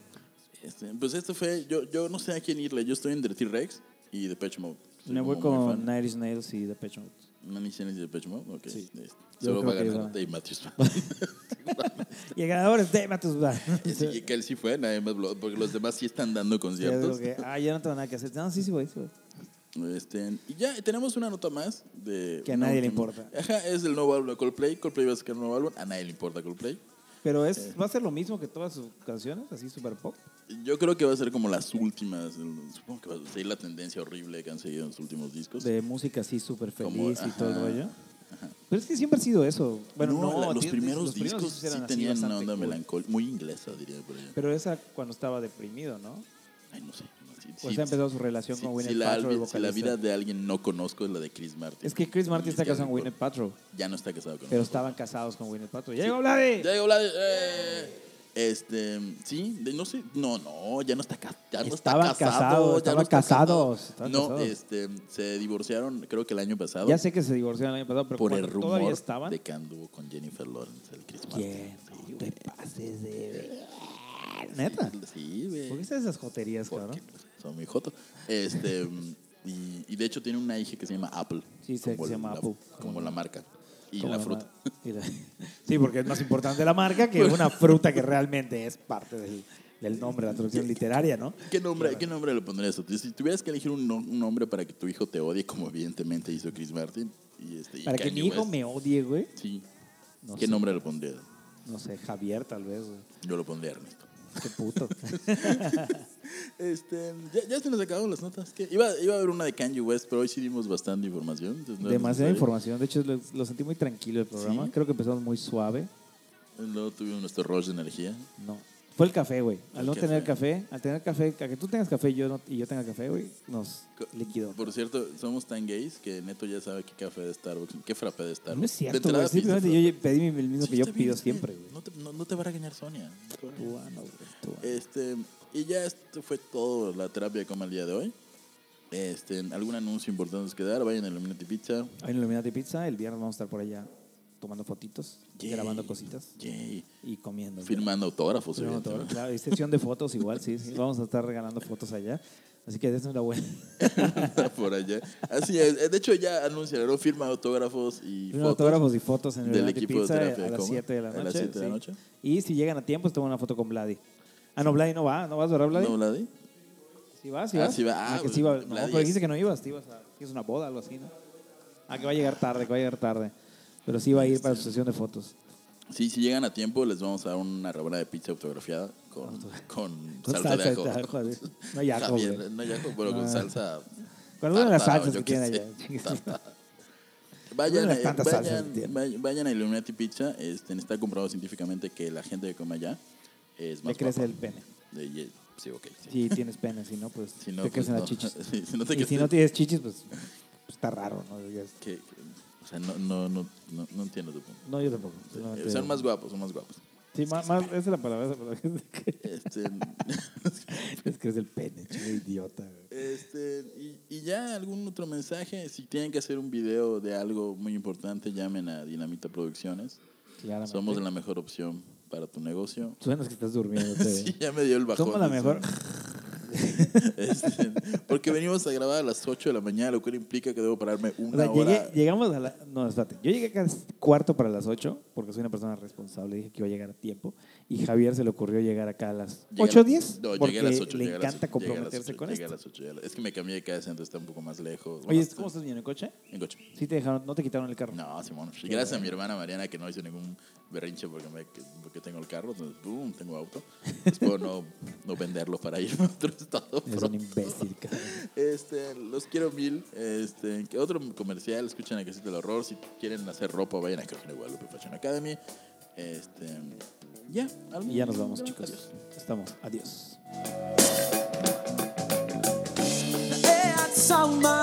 A: Este, pues esto fue, yo, yo no sé a quién irle. Yo estoy entre T-Rex y Depeche Mode. Soy
B: Me voy
A: como muy
B: con
A: fan.
B: Nine Inch Nails y Depeche Mode.
A: ¿No ni Sinis y Depeche Mode? Ok.
B: Sí.
A: Este, Solo
B: creo
A: va a
B: que
A: ganar
B: va.
A: Dave Matthews.
B: Y el ganador es Dave Matthews Band.
A: Así que que él sí fue, nada más, lo- porque los demás sí están dando
B: Ya es lo
A: conciertos.
B: que, ah, ya no tengo nada que hacer. No, sí, sí, güey. sí, güey.
A: Este, y ya tenemos una nota más de
B: Que a
A: una
B: nadie le
A: última-
B: importa.
A: Ajá, es el nuevo álbum de Coldplay. Coldplay va a sacar un nuevo álbum. A nadie le importa Coldplay.
B: Pero es, va a ser lo mismo que todas sus canciones, así super pop.
A: Yo creo que va a ser como las últimas. el- Supongo que va a seguir la tendencia horrible que han seguido en los últimos discos.
B: De música así super
A: Como,
B: feliz y todo el
A: ajá,
B: rollo. Pero es que siempre ha sido eso. Bueno,
A: no,
B: no,
A: la- los
B: tiene-
A: primeros
B: los
A: discos
B: discos eran
A: sí
B: así
A: tenían una
B: bastante
A: onda
B: cool.
A: melancólica, muy inglesa, diría por allá.
B: Pero esa cuando estaba deprimido, ¿no?
A: Ay, no sé. no, sí,
B: O
A: sí,
B: sea, Pues empezó su relación
A: sí,
B: con
A: sí,
B: Winnet
A: la,
B: Paltrow, el
A: albi- si la vida
B: vocalista.
A: de alguien no conozco es la de Chris Martin.
B: Es que Chris Martin está
A: Ya
B: casado con
A: recuerdo.
B: Winnet Paltrow,
A: Ya no está casado con
B: pero
A: nosotros.
B: estaban casados con Winnet Paltrow. ¡Ya llegó Vlade!
A: Ya llegó la. eh, este, sí, de- no sé, no, no, ya no está, ca- ya no
B: Estaban
A: está casado.
B: casados,
A: ya no
B: estaban
A: está casado.
B: casados, estaban
A: no,
B: casados.
A: este, se divorciaron creo que el año pasado.
B: Ya sé que se divorciaron el año pasado, pero
A: por el
B: cuando todavía
A: rumor
B: estaban...
A: de que anduvo con Jennifer Lawrence, el Chris
B: ¿Quién?
A: Martin.
B: No te pases de... ¿Neta?
A: Sí,
B: ¿Por qué
A: güey.
B: estás esas joterías,
A: Porque
B: cabrón?
A: Son muy jotos. Este, y, y de hecho tiene una hija que se llama Apple.
B: Sí, sé que
A: Como
B: se llama
A: la-
B: Apple.
A: Como la marca. Y
B: Como
A: la
B: ma-
A: fruta.
B: y la- sí, porque es más importante la marca que una fruta que realmente es parte del, del nombre, la traducción literaria, ¿no?
A: ¿Qué nombre, ¿Qué nombre le pondrías a tu- Si tuvieras que elegir un, no- un nombre para que tu hijo te odie, como evidentemente hizo Chris Martin. Y este, y
B: Para que mi
A: Kanye
B: hijo
A: West,
B: me odie, güey.
A: Sí.
B: No
A: ¿Qué
B: sé.
A: nombre le pondrías?
B: No sé, Javier tal vez, güey.
A: Yo lo pondría Ernesto.
B: Qué puto.
A: Este, ya, ya se nos acabaron las notas. ¿Qué? Iba, iba a haber una de Kanye West, pero hoy sí dimos bastante información. entonces no era
B: Demasiada
A: necesario.
B: información. De hecho, lo, lo sentí muy tranquilo el programa.
A: ¿Sí?
B: Creo que empezamos muy suave.
A: Luego tuvimos nuestro rush de energía.
B: No. Fue el café, güey. Al
A: El
B: no tener
A: café.
B: café, al tener café, a que tú tengas café y yo, no- y yo tenga café, güey, nos
A: Co-
B: liquidó.
A: Por cierto, somos tan gays que Neto ya sabe qué café de Starbucks, qué frappé de Starbucks.
B: No es
A: De
B: cierto,
A: entrada
B: güey.
A: pides
B: Simplemente
A: frappé.
B: yo pedí mi- el mismo
A: Sí,
B: que yo
A: está bien,
B: pido
A: está bien.
B: siempre, güey.
A: No te, no, no te va a regañar Sonia. No te va a regañar.
B: Cubano, güey, cubano.
A: Este, y ya esto fue todo la terapia de coma el día de hoy. Este, algún anuncio importante que dar, vayan a Illuminati Pizza.
B: Hoy en Illuminati Pizza, el viernes vamos a estar por allá tomando fotitos,
A: Yay.
B: grabando cositas
A: Yay.
B: y comiendo.
A: Firmando autógrafos,
B: Pero no todo,
A: evidentemente.
B: claro, y sesión de fotos igual, sí, sí. Vamos a estar regalando fotos allá. Así que déjenme la buena.
A: por allá. Así es. Eh, De hecho, ya anunciaron firma autógrafos y
B: Primero
A: fotos.
B: autógrafos y fotos en el
A: del
B: Illuminati
A: equipo de
B: Pizza
A: terapia
B: a
A: de
B: las
A: coma,
B: 7 de la
A: a
B: noche.
A: las siete de la
B: sí.
A: noche.
B: Y si llegan a tiempo, se toman una foto con Vladi. Ah, no, Vladi no va, ¿no vas a durar Vladi?
A: ¿No, Vladi?
B: Sí va, sí
A: Ah,
B: va.
A: sí va. Ah,
B: que sí va. No,
A: Vladi
B: pero
A: es-
B: dijiste que no ibas, te ibas a... Es una boda, algo así, ¿no? Ah, que va a llegar tarde, que va a llegar tarde. Pero sí va a ir
A: Este.
B: para su sesión de fotos.
A: Sí, si llegan a tiempo, les vamos a dar una rebanada de pizza autografiada con, con,
B: Con
A: salsa, de ajo.
B: salsa de ajo, sí. No hay ajo,
A: Javier,
B: güey.
A: no hay ajo, pero con
B: Ah.
A: salsa.
B: Con alguna de las
A: tártara o
B: salsas
A: yo
B: que
A: qué
B: tienen
A: sé,
B: allá. Chingue su
A: tártara. Vayan,
B: Alguna de las
A: eh,
B: tantas salsas que
A: vayan,
B: tienen.
A: vay- vayan a Illuminati Pizza. Este, está comprobado científicamente que la gente que come allá es más
B: Le crece el
A: guapa.
B: pene.
A: Eh, y- Sí, ok. sí.
B: Si tienes pene, si no, pues
A: Si no,
B: te
A: pues
B: crecen
A: no.
B: las chichis.
A: Sí, si no te
B: y si
A: crecen-
B: no tienes chichis, pues, pues, está raro, ¿no? Ya es-
A: Que- que- o sea, no, no, no, no, no entiendo tu punto.
B: No, yo tampoco. no,
A: Eh,
B: te-
A: son más guapos, son más guapos.
B: Sí, más, más- esa es la palabra, esa palabra.
A: Este,
B: Es que es el pene, chico, idiota. güey.
A: este, y, y ya algún otro mensaje, si tienen que hacer un video de algo muy importante, llamen a Dinamita Producciones.
B: Claramente.
A: Somos la mejor opción para tu negocio.
B: Suenas que estás durmiendo. te-
A: Sí, ya me dio el bajón.
B: Somos la mejor.
A: Este, porque venimos a grabar a las 8 de la mañana, lo cual implica que debo pararme
B: O
A: una
B: sea, llegué-
A: hora.
B: llegamos a la. No, espérate. Yo llegué acá cuarto para las 8, porque soy una persona responsable. Dije que iba a llegar a tiempo. Y Javier se le ocurrió llegar acá a las
A: Llegué a-
B: 8 o 10.
A: No,
B: porque
A: llegué a las 8.
B: Le
A: llegué a las ocho, llegué
B: encanta
A: a las
B: comprometerse
A: ocho,
B: con
A: llegué a
B: esto.
A: las ocho, llegué a las- Es que me cambié de casa, entonces está un poco más lejos.
B: Oye,
A: Bueno,
B: ¿cómo estás viendo en coche?
A: En coche.
B: Sí, te dejaron. No te quitaron el carro.
A: No, Simón. Y gracias a mi hermana Mariana que no hizo ningún berrinche porque, me- que- porque tengo el carro. Entonces, boom, tengo auto. Espero no, no venderlo para irme a otro estado.
B: Es un
A: pronto.
B: imbécil, cabrón.
A: Este, los quiero mil. Este, que otro comercial, escuchen a Casita del Horror. Si quieren hacer ropa, vayan a Cajuna Guadalupe Fashion Academy. Este, ya. algo-
B: Y ya nos vamos, chicos.
A: Adiós.
B: Estamos. Adiós.
G: It's summer